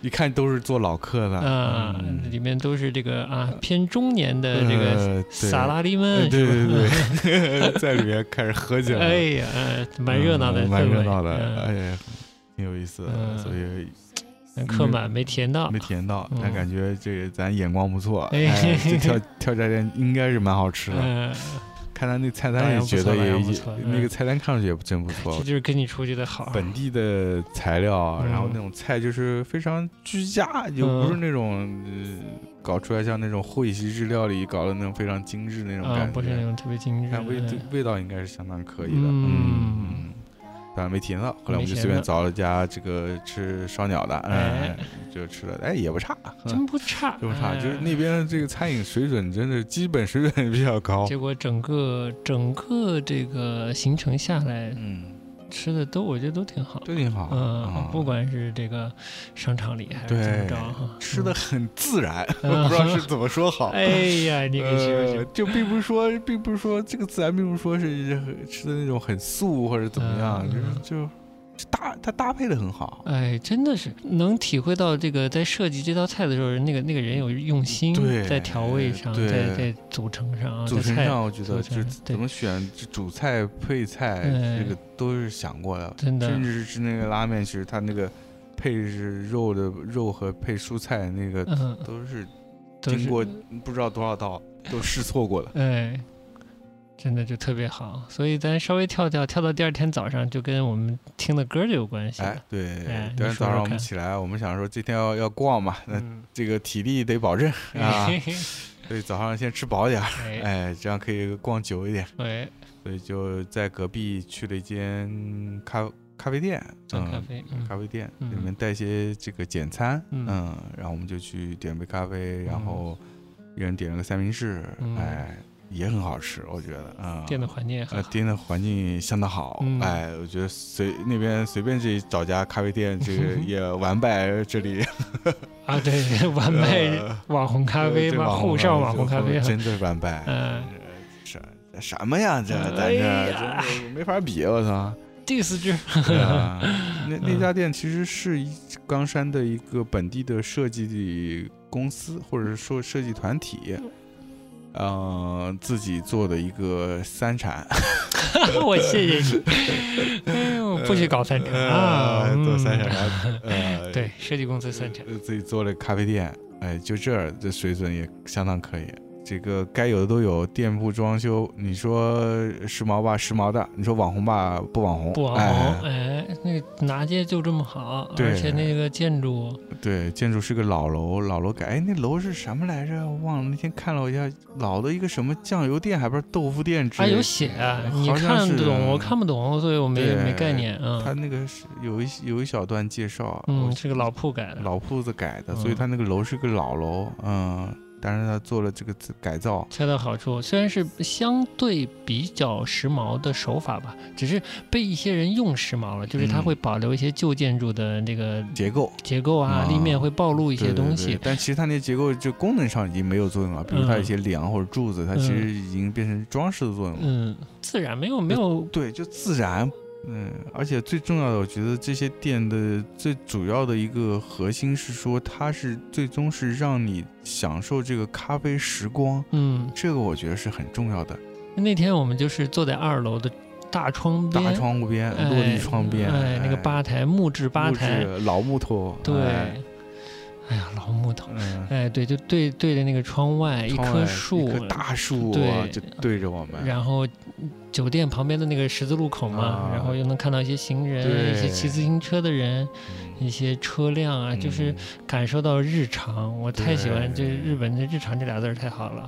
B: 一看都是做老客的，
C: 啊，
B: 嗯
C: 里面都是这个啊偏中年的这个
B: 呃
C: 萨拉利
B: 对呃
C: 们，
B: 对
C: 是吧
B: 对对， 对在里面开始喝起来了，
C: 哎呀，呃蛮热闹的氛
B: 嗯
C: 围，
B: 蛮热闹的，哎
C: 嗯
B: 呀，挺有意思的，
C: 嗯
B: 所以
C: 客满没填到
B: 嗯没，体验到，
C: 嗯
B: 但感觉这个咱眼光不错，
C: 哎
B: 哎， 这跳跳闸店应该是蛮好吃的，
C: 嗯，
B: 看他那菜
C: 当
B: 单也
C: 然不
B: 觉
C: 错
B: 得
C: 当
B: 也
C: 然不
B: 也
C: 错
B: 那个
C: 嗯
B: 菜单看上去也真不错
C: 这，就是跟你出去的好，
B: 哦
C: 啊
B: 本地的材料，啊
C: 嗯
B: 然后那种菜就是非常居家，就不是那种、呃、搞出来像那种会席制料理搞的那种非常精致那种
C: 啊
B: 感，
C: 不是那
B: 觉。哎
C: 种特别精致
B: 但味
C: 的，
B: 味道应该是相当可以的，嗯
C: 嗯
B: 嗯，当然没体验到。后来我们就
C: 没体验
B: 随便
C: 到
B: 找了家这个吃烧鸟的，哎
C: 哎，
B: 就吃了，哎也不差，
C: 真不差，
B: 这么差，
C: 哎
B: 就是那边的这个餐饮水准真的基本水准比较高，
C: 结果整个整个这个行程下来，
B: 嗯，
C: 吃的都我觉得都挺好，
B: 都挺好，
C: 嗯
B: 啊，
C: 不管是这个商场里还是
B: 对
C: 怎么着哈，
B: 吃的很自然，
C: 嗯
B: 不知道 是怎么说好，
C: 嗯。哎呀，你给形容
B: 呃，就并不是说，并不是说这个自然，并不是说是很吃的那种很素或者怎么样，
C: 嗯嗯
B: 就是就搭它搭配的很好。
C: 哎，真的是能体会到这个在设计这道菜的时候，那个那个人有用心
B: 对，
C: 在调味上，
B: 对
C: 在在组成上啊，
B: 组成
C: 在菜
B: 上，我觉得
C: 做
B: 就是
C: 菜对
B: 怎么选这主菜配菜，
C: 哎
B: 这个都是想过的，
C: 真的
B: 甚至是那个拉面，其实它那个配是肉的肉和配蔬菜那个
C: 嗯，
B: 都是
C: 都
B: 经
C: 是
B: 过不知道多少道都试错过 的。
C: 哎，真的就特别好。所以咱稍微跳跳跳到第二天早上，就跟我们听的歌就有关系了。
B: 哎，对，
C: 哎
B: 第二天
C: 你说
B: 早上
C: 说
B: 我们
C: 看
B: 起来，我们想说今天要要逛嘛，那
C: 嗯，
B: 这个体力得保证啊。
C: 哎
B: 所以早上先吃饱点儿，
C: 哎
B: 哎，这样可以逛久一点。
C: 哎，
B: 所以就在隔壁去了一间咖咖啡店，
C: 找咖
B: 嗯，
C: 啡，嗯
B: 咖啡店
C: 嗯
B: 里面带一些这个简餐，
C: 嗯
B: 嗯，然后我们就去点杯咖啡，然后一人点了个三明治，
C: 嗯
B: 哎，也很好吃，我觉得，嗯，
C: 店的环境也好
B: 呃，，店的环境相当好，
C: 嗯
B: 哎，我觉得随那边随便这找家咖啡店，这 个也完败这里
C: 啊，对，完美
B: 呃
C: 网红咖啡
B: 这
C: 嘛，
B: 网红
C: 沪上网红咖啡，啊
B: 真的完败，
C: 嗯。
B: 什什么呀？这咱
C: 哎
B: 这
C: 呀
B: 这这没法比，我 操！
C: diss 之
B: 对 啊那
C: 嗯
B: 那家店其实是一冈山的一个本地的设计公司，或者说设计团体，呃，自己做的一个三产
C: 我谢谢你。哎呦，不许搞三产 啊！
B: 呃做
C: 嗯
B: 三产，呃，
C: 对，设计公司三产。
B: 呃，自己做了咖啡店，哎，就这儿这水准也相当可以。这个该有的都有，店铺装修，你说时髦吧，时髦的；你说网红吧，不网红，
C: 不网
B: 哎
C: 红，哎，那个拿街就这么好，
B: 对
C: 而且那个建筑，
B: 对，建筑是个老楼，老楼改，哎，那楼是什么来着？我忘了，那天看了我一下，老的一个什么酱油店，还不是豆腐店之
C: 它
B: 类的。
C: 有写啊，
B: 好
C: 你
B: 像
C: 看
B: 是
C: 得懂，我看不懂，所以我没
B: 对
C: 没概念啊
B: 他。那个是有一有一小段介绍，
C: 嗯，
B: 我
C: 是个老铺改的，
B: 老铺子改的，所以
C: 嗯
B: 他那个楼是个老楼，嗯，但是他做了这个自改造，
C: 恰到好处。虽然是相对比较时髦的手法吧，只是被一些人用时髦了，就是它
B: 嗯
C: 会保留一些旧建筑的那个
B: 结构
C: 结构
B: 啊
C: 啊，立面会暴露一
B: 一
C: 些东
B: 对对
C: 西嗯
B: 对。但其实它那结构就功能上已经没有作用了，比如它有一些梁或者柱子，它其实已经变成装饰的作用了。
C: 嗯，自然没有没有
B: 对，就自然。嗯，而且最重要的，我觉得这些店的最主要的一个核心是说，它是最终是让你享受这个咖啡时光，
C: 嗯，
B: 这个我觉得是很重要的。
C: 那天我们就是坐在二楼的大窗边，
B: 大窗户边、
C: 哎
B: 落地窗边，哎
C: 哎，那个吧台木质吧
B: 木质
C: 台，
B: 老木头，
C: 对，
B: 哎
C: 哎哎呀，老木头，
B: 嗯，
C: 哎，对，就对对着那个窗外哎一
B: 窗
C: 棵
B: 外
C: 树，
B: 一棵大树
C: 对
B: 啊就对着我们，
C: 然后酒店旁边的那个十字路口嘛，
B: 啊
C: 然后又能看到一些行人、
B: 对
C: 一些骑自行车的人、一些车辆啊，
B: 嗯
C: 就是感受到日常。我太喜欢这
B: 对
C: 日本的“日常”这俩字儿，太好了。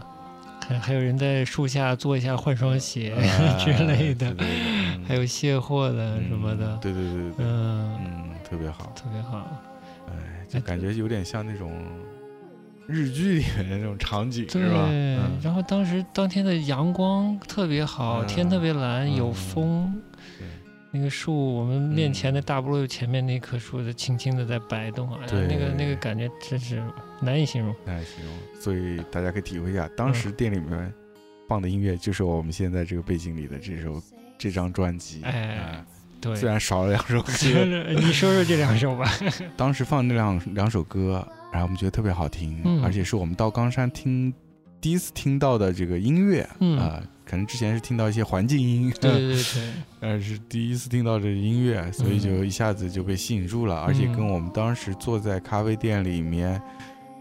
C: 还还有人在树下坐一下换双鞋、
B: 哎
C: 之类的，
B: 之嗯
C: 还有卸货的什么的
B: 嗯，对对对对对，
C: 嗯，
B: 嗯，特别好，
C: 特别好。
B: 哎，就感觉有点像那种日剧里面的那种场景，
C: 对
B: 是吧？，嗯
C: 然后当时当天的阳光特别好，
B: 嗯
C: 天特别蓝，
B: 嗯
C: 有风
B: 对。
C: 那个树，我们面前
B: 嗯
C: 的大菠萝前面那棵树在轻轻的在摆动，哎呀
B: 对，
C: 那个那个感觉真是难以形容。
B: 那还行，所以大家可以体会一下，
C: 嗯
B: 当时店里面放的音乐就是我们现在这个背景里的这首这张专辑，
C: 哎对
B: 啊，， 虽然少了两首
C: 说
B: 歌，
C: 说 你说说这两首吧。
B: 当时放那两两首歌，然后我们觉得特别好听，
C: 嗯
B: 而且是我们到冈山听第一次听到的这个音乐啊、嗯
C: 嗯，
B: 可能之前是听到一些环境音，
C: 对嗯对对
B: 但是第一次听到这音乐，所以就一下子就被吸引住
C: 嗯
B: 了，而且跟我们当时坐在咖啡店里面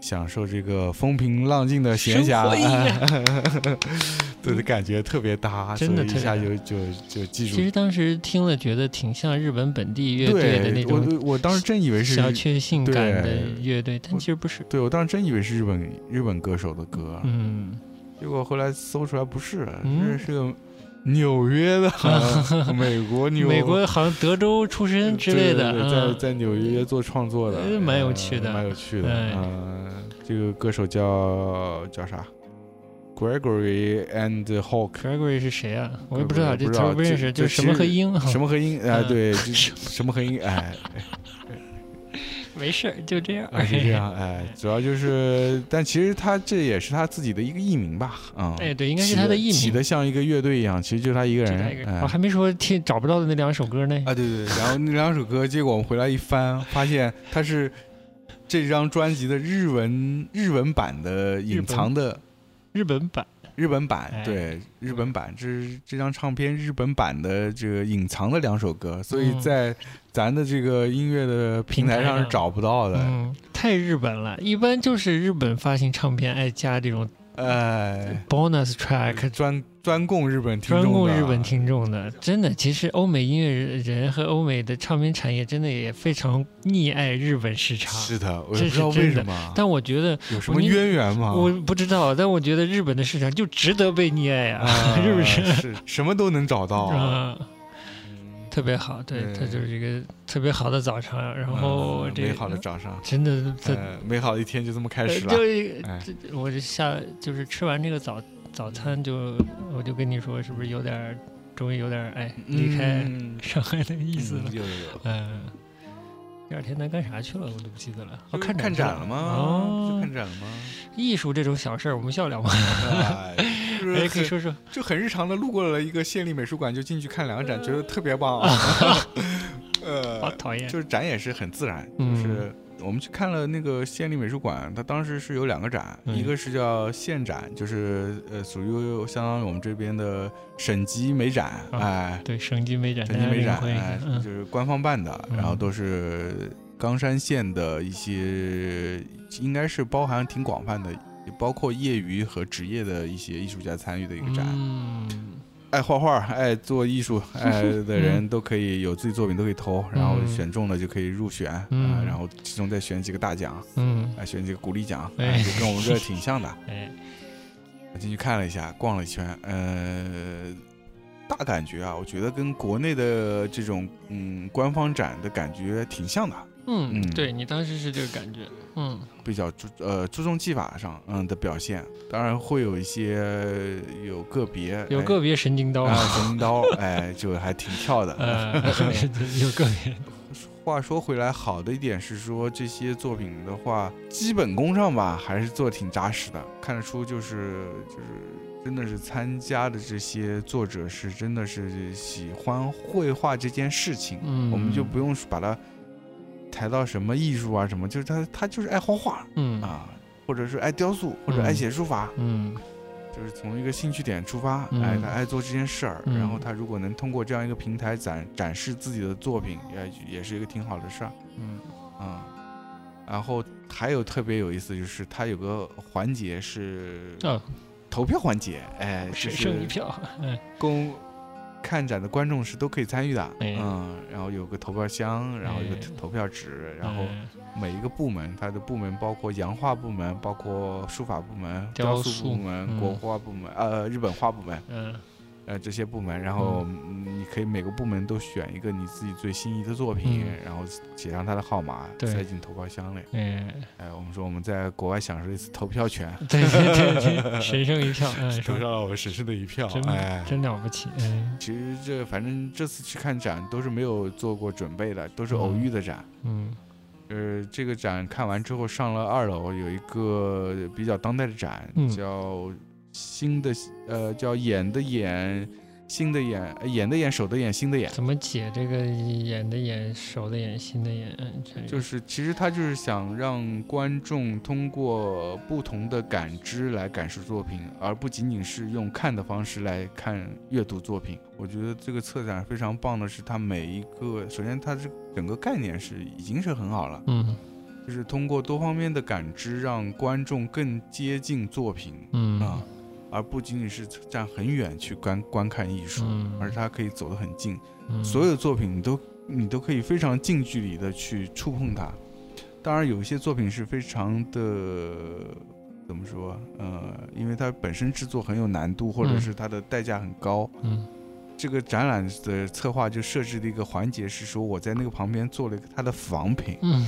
B: 享受这个风平浪静的闲暇，
C: 生活一样
B: 啊 对的感觉特别搭，
C: 真的
B: 所以一下
C: 特
B: 就就就记
C: 对，其实
B: 住。
C: 当时听了觉得挺像日本本地乐队的那种
B: 我我当时真以为是
C: 小确幸
B: 对
C: 感的乐队，但
B: 我啊
C: 其实不是。
B: 对我当时真以为是日本日本歌手的歌，
C: 嗯，
B: 结果后来搜出来不是，
C: 嗯
B: 这是个纽约的， 美国纽
C: 美国好像德州出身之类的，
B: 对对
C: 嗯
B: 对在在纽约做创作的，
C: 呃蛮有趣的
B: 呃蛮有趣的。
C: 哎
B: 嗯，这个歌手叫叫啥？Gregory and Hawk，
C: Gregory 是谁啊？我也
B: Gregory，
C: 不知道，这
B: 不知
C: 词
B: 道
C: 儿不认
B: 这
C: 识，
B: 这
C: 就是什么和
B: 其实
C: 英啊？
B: 什么和音？哎，
C: 嗯
B: 对，就什么和音？哎，
C: 没事儿，就这样。
B: 啊就这样，哎，主要就是，但其实他这也是他自己的一个艺名吧？嗯，
C: 哎，对，应该是
B: 起
C: 他
B: 得
C: 的艺名。
B: 起的像一个乐队一样，其实就他一个
C: 就他一
B: 人。
C: 个哦
B: 哎
C: 我还没说听找不到的那两首歌呢。
B: 啊，对对，对，然后那两首 歌，结果我们回来一翻，发现它是这张专辑的日文日文版的
C: 日
B: 隐
C: 本
B: 藏的
C: 日本版，
B: 日本版，
C: 哎
B: 对日本版，这是这张唱片日本版的这个隐藏的两首歌，所以
C: 嗯
B: 在咱的这个音乐的平
C: 平
B: 台
C: 台
B: 上是
C: 上
B: 找不到的。
C: 嗯，太日本了。一般就是日本发行唱片爱加这种
B: 呃，
C: bonus track，
B: 专专供日本嗯听
C: 专
B: 众的，啊
C: 供日本听众的。真的，其实欧美音乐人和欧美的唱片产业真的也非常溺爱日本市场。
B: 是的，我
C: 这
B: 也不知道
C: 是真
B: 为
C: 的
B: 什么，
C: 但我觉得
B: 有什
C: 我
B: 么
C: 因
B: 渊源吗？
C: 我 不知道，但我觉得日本的市场就值得被溺爱啊，
B: 啊
C: 是不是？
B: 是什么都能找 到啊？
C: 啊、特别好，对，
B: 对
C: 它就是一个特别好的早上，然后
B: 嗯
C: 这个、
B: 美好的早上。
C: 真的它、
B: 呃，美好的一天就这么开
C: 呃
B: 始了。
C: 就一
B: 哎
C: 这我就下就是吃完这个早早餐就我就跟你说，是不是有点儿终于有点儿哎离开
B: 嗯
C: 上海的意思了
B: 嗯？有有有，
C: 嗯、第二天咱干啥去了？我都不记得了。哦，
B: 看
C: 看
B: 看
C: 展
B: 展了吗？
C: 哦，
B: 就看展了吗？
C: 艺术这种小事儿，我们笑 聊吗？
B: 哎，就是
C: 哎，可以
B: 很
C: 说说。
B: 就很日常的路过了一个县立美术馆，就进去看两个展，觉得特别棒啊。
C: 好
B: 呃，
C: 讨厌。
B: 就是展也是很自然，就
C: 嗯
B: 是。我们去看了那个县立美术馆，它当时是有两个展，
C: 嗯
B: 一个是叫县展，就是呃属于相当于我们这边的省级美展，
C: 啊
B: 哎，
C: 对，省级美展，
B: 成吉美展，
C: 大家领会一下
B: 哎，
C: 嗯
B: 就是官方办的，
C: 嗯
B: 然后都是冈山县的一些，应该是包含挺广泛的，也包括业余和职业的一些艺术家参与的一个展。
C: 嗯，
B: 爱画画、爱做艺术、 爱的人都可以有自己作品，都可以投，然后
C: 嗯
B: 选中了就可以入选，啊
C: 嗯
B: 然后其中再选几个大奖，
C: 嗯，
B: 啊，选几个鼓励奖，
C: 哎
B: 啊就跟我 们这儿挺像的。
C: 哎，
B: 我进去看了一下，逛了一圈，呃，大感觉啊，我觉得跟国内的这种嗯官方展的感觉挺像的，
C: 嗯
B: 嗯，
C: 对你当时是这个感觉，嗯
B: 比较注呃注重技法上嗯的表现，当然会有一些有个别
C: 有个别哦神经刀
B: 哎，啊神经刀，哎，就还挺跳 的。
C: 呃， 有个别，
B: 话说回来，好的一点是说这些作品的话，基本功上吧还是做得挺扎实的，看得出就是就是真的是参加的这些作者是真的是喜欢绘画这件事情，
C: 嗯，
B: 我们就不，用把它抬到什么艺术啊什么，就是他他就是爱画画
C: 嗯，
B: 啊，或者是爱雕塑，或者
C: 嗯
B: 爱写书法，
C: 嗯，
B: 就是从一个兴趣点出发，
C: 嗯
B: 哎，他爱做这件事儿，
C: 嗯
B: 然后他如果能通过这样一个平台展展示自己的作品，也也是一个挺好的事儿。
C: 嗯，
B: 啊、然后还有特别有意思，就是它有个环节是
C: 啊，
B: 投票环节，哎，就
C: 谁剩一
B: 是
C: 票？嗯，
B: 供看展的观众是都可以参与的，
C: 哎
B: 嗯，然后有个投票箱，然后有个
C: 哎
B: 投票纸，然后每一个部门，它的部门包括洋画部门，包括书法部门、
C: 雕
B: 雕
C: 塑
B: 塑部门、
C: 嗯
B: 国画部门，呃，日本画部门，
C: 嗯
B: 呃，这些部门，然后嗯你可以每个部门都选一个你自己最心仪的作品，
C: 嗯
B: 然后写上它的号码，
C: 对
B: 塞进投票箱里。
C: 嗯，
B: 哎，我们说我们在国外享受一次投票权，
C: 哎对对对对，谁剩一票？ 嗯，
B: 投
C: 说
B: 上了我们神圣的一票
C: 真。
B: 哎，
C: 真了不起，嗯
B: 其实这反正这次去看展都是没有做过准备的，都是偶遇的展。
C: 嗯
B: 呃，这个展看完之后上了二楼，有一个比较当代的展，
C: 嗯
B: 叫新的呃叫眼的眼，心的眼，呃眼的眼，手的眼，心的眼。
C: 怎么解这个眼的眼、手的眼、心的眼？嗯这个
B: 就是其实他就是想让观众通过不同的感知来感受作品，而不仅仅是用看的方式来看阅读作品。我觉得这个策展非常棒的是，它每一个首先它这整个概念是已经是很好了，
C: 嗯
B: 就是通过多方面的感知让观众更接近作品啊
C: 嗯，
B: 而不仅仅是站很远去观观看艺术，
C: 嗯
B: 而它可以走得很近。
C: 嗯
B: 所有作品你都你都可以非常近距离的去触碰它。当然，有一些作品是非常的怎么说？呃，因为它本身制作很有难度，或者
C: 嗯
B: 是它的代价很高。
C: 嗯
B: 这个展览的策划就设置了一个环节，是说我在那个旁边做了一个它的仿品，
C: 嗯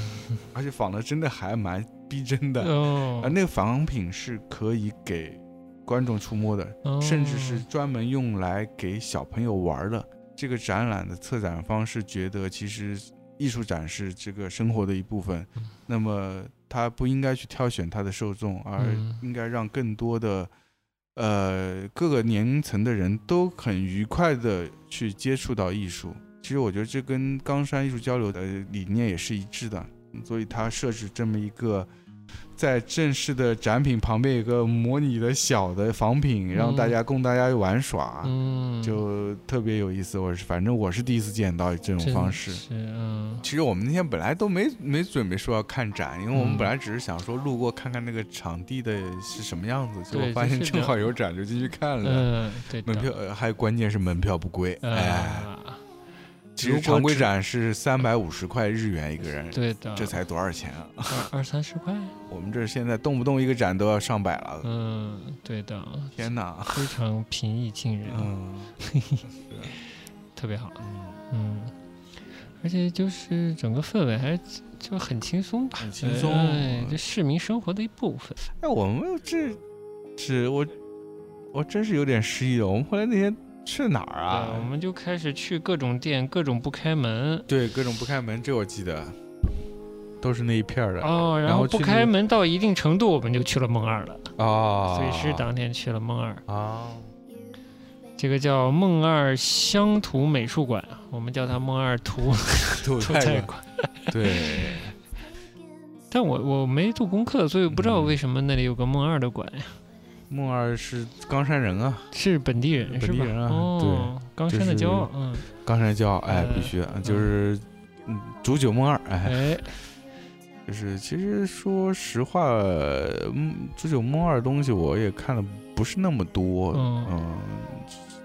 B: 而且仿的真的还蛮逼真的。啊，
C: 哦，
B: 那个仿品是可以给观众触摸的，嗯甚至
C: 哦
B: 是专门用来给小朋友玩儿的。这个展览的策展方是觉得，其实艺术展是这个生活的一部分
C: 嗯，
B: 那么它不应该去挑选它的受众，而
C: 嗯
B: 应该让更多的呃各个年龄层的人都很愉快的去接触到艺术。其实我觉得这跟冈山艺术交流的理念也是一致的，所以它设置这么一个在正式的展品旁边有个模拟的小的仿品，让大家供大家玩耍，
C: 嗯，
B: 啊就特别有意思。我是反正我是第一次见到这种
C: 真
B: 方式。
C: 是嗯
B: 其实我们那天本来都没没准备说要看展，因为我们
C: 嗯
B: 本来只是想说路过看看那个场地的是什么样子，结
C: 对
B: 果发现
C: 就是这
B: 正
C: 样
B: 好有展就进去看了。
C: 嗯，对的
B: 门票、呃还有关键是门票不贵，哎，
C: 啊，
B: 其实
C: 如果
B: 常规
C: 只
B: 展是三百五十块日元一个人，
C: 对的，
B: 这才多少钱啊？
C: 二二三十块，
B: 我们这现在动不动一个展都要上百了，
C: 嗯，对的，
B: 天哪！
C: 非常平易近人，
B: 嗯
C: 特别好，
B: 嗯，
C: 嗯，而且就是整个氛围还是就很轻松吧，
B: 很轻松。
C: 哎，这市民生活的一部分，
B: 哎，我们这这我我真是有点失忆了。我们后来那天去哪儿
C: 对我
B: 啊？
C: 们就开始去各种店，各种不开门。
B: 对，各种不开门，这我记得，都是那一片儿的
C: 哦，
B: 然后
C: 不
B: 去那
C: 开
B: 个
C: 门到一定程度，我们就去了梦二了。
B: 啊
C: 所以是当天去了梦二，
B: 啊，
C: 这个叫梦二乡土美术馆，我们叫它梦二图
B: 土
C: 图
B: 太
C: 菜
B: 馆
C: 馆。
B: 对，
C: 但我我没做功课，所以我不知道为什么那里有个梦二的馆，
B: 木二是冈山人啊，
C: 是本地人是
B: 本地
C: 吧？
B: 人啊
C: 哦，冈山的骄傲，嗯，
B: 冈山骄傲，哎，必须的，就是嗯，煮酒梦二，哎，
C: 哎，
B: 就是其实说实话，嗯，《朱九梦二》东西我也看的不是那么多，
C: 嗯
B: 嗯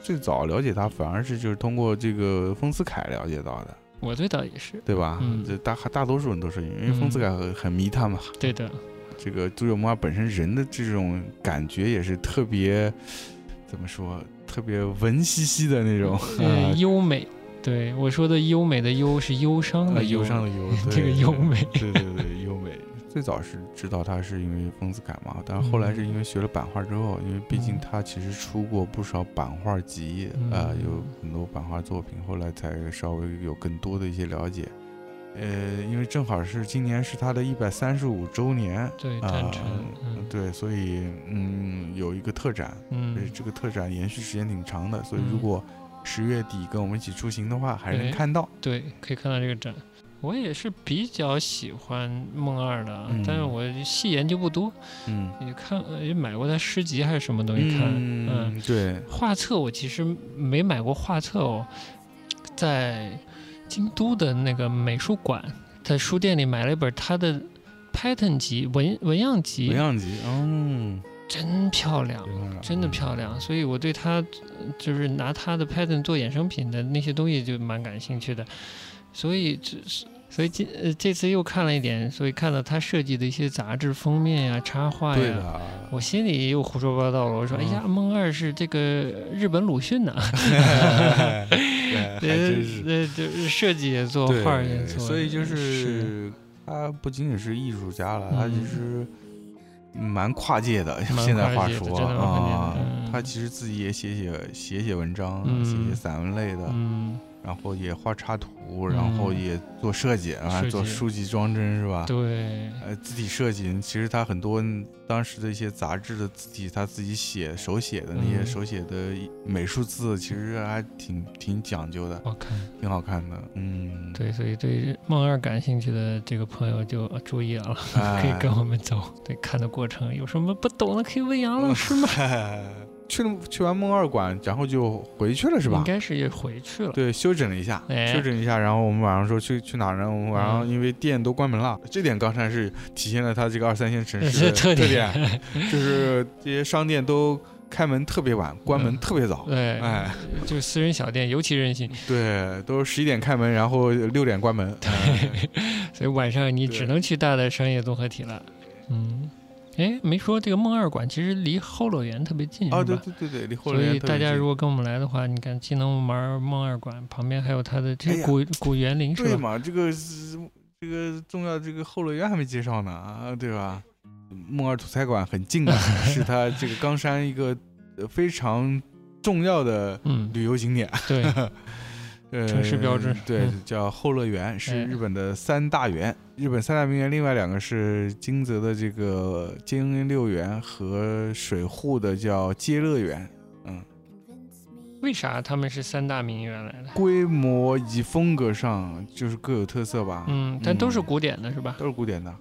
B: 最早了解他反而是就是通过这个丰子恺了解到的，
C: 我最早也是，
B: 对吧？
C: 嗯
B: 这大大多数人都是因为丰子恺很很迷他嘛。
C: 对的，
B: 这个《朱九梦二》本身人的这种感觉也是特别，怎么说？特别文兮兮的那种，啊
C: 呃，优美，对我说的优美的优是忧伤
B: 呃
C: 的
B: 忧伤
C: 的，，
B: 的忧
C: 这个优
B: 美。
C: 美，
B: 对对 对，优美。最早是知道他是因为丰子恺嘛，但是后来是因为学了版画之后，因为毕竟
C: 嗯
B: 他其实出过不少版画集，呃，
C: 嗯
B: 有很多版画作品，后来才稍微有更多的一些了解。呃，因为正好是今年是他的一百三十五周年，
C: 对，
B: 啊
C: 赞成，嗯
B: 对，所以嗯有一个特展，而且
C: 嗯，
B: 这个特展延续时间挺长的，所以如
C: 嗯
B: 果十月底跟我们一起出行的话，还能
C: 哎
B: 看到。
C: 对，可以看到这个展。我也是比较喜欢梦二的，啊
B: 嗯
C: 但是我细研究不多，
B: 嗯
C: 也看呃也买过他诗集还是什么东西看，嗯，
B: 嗯，对，
C: 画册我其实没买过画册哦，在京都的那个美术馆，在书店里买了一本他的《 pattern 级纹纹样级
B: 维，样级，嗯，
C: 真漂亮。真的漂
B: 亮，
C: 亮，所以我对它呃就是拿它的 pattern 做衍生品的那些东西就蛮感兴趣的，所以这是所以今呃这次又看了一点，所以看到他设计的一些杂志封面呀、插画
B: 对
C: 呀，
B: 的，
C: 我心里又胡说八道了。我说，哎
B: 嗯
C: 呀，梦二是这个日本鲁迅呐、
B: 啊 对，还真是。
C: 呃，呃就是设计也做，
B: 对，
C: 画儿也做，
B: 所以就是是他不仅仅是艺术家了，他
C: 嗯
B: 其实蛮跨界的。
C: 蛮
B: 现在
C: 跨
B: 话
C: 界的
B: 说
C: 真的蛮跨界的
B: 啊，
C: 嗯
B: 他其实自己也写写写写文章，写写
C: 嗯
B: 散文类的，
C: 嗯，
B: 然后也画插图，然后
C: 嗯
B: 也做设计，啊，
C: 设
B: 做
C: 计
B: 书籍装帧是吧？
C: 对，
B: 呃，字体设计，其实他很多当时的一些杂志的字体，他自己写手写的那些
C: 嗯
B: 手写的美术字，其实还挺挺讲究的，
C: 好看。
B: 挺好看的。嗯，
C: 对， 所以对梦二感兴趣的这个朋友就呃注意了。
B: 哎，
C: 可以 跟我们走，对，看的过程有什么不懂的可以问杨
B: 嗯
C: 老师吗？
B: 去了去完梦二馆，然后就回去了是吧
C: 应？该是也回去了。
B: 对，休整了一下，
C: 哎
B: 休整一下，然后我们晚上说去去哪儿呢？我们晚上
C: 嗯
B: 因为店都关门了，这点刚才是体现了它这个二三线城
C: 这
B: 市的
C: 是
B: 特
C: 特
B: 点，就是这些商店都开门特别晚，关门
C: 嗯
B: 特别早。
C: 对，
B: 哎，
C: 就私人小店尤其任性，
B: 对，都是十一点开门，然后六点关门。哎
C: 所以晚上你只
B: 对
C: 能去大的商业综合体了。嗯，哎，没说这个梦二馆其实离后乐园特别近，
B: 哦，
C: 是
B: 对
C: 吧？
B: 对对对，离后
C: 所
B: 乐
C: 以
B: 园特
C: 大
B: 别
C: 家
B: 近
C: 如果跟我们来的话，你看既能玩梦二馆，旁边还有它的这
B: 哎呀
C: 个古、古园林是
B: 对
C: 吧？
B: 嘛，这个是这个重要这个后乐园还没介绍呢啊，对吧？木二土菜馆很 近啊，是它这个冈山一个呃非常重要的
C: 嗯，
B: 旅游景点，
C: 对，
B: 呃，
C: 城市标志
B: 对
C: 嗯，
B: 叫后乐园，是
C: 哎
B: 日本的三大园。日本三大名园，另外两个是金泽的这个金恩六园和水户的叫街乐园。
C: 为啥他们是三大名园来的？
B: 规模以及风格上就是各有特色吧。
C: 嗯，但都是
B: 嗯
C: 古典的是吧？
B: 都是古典的。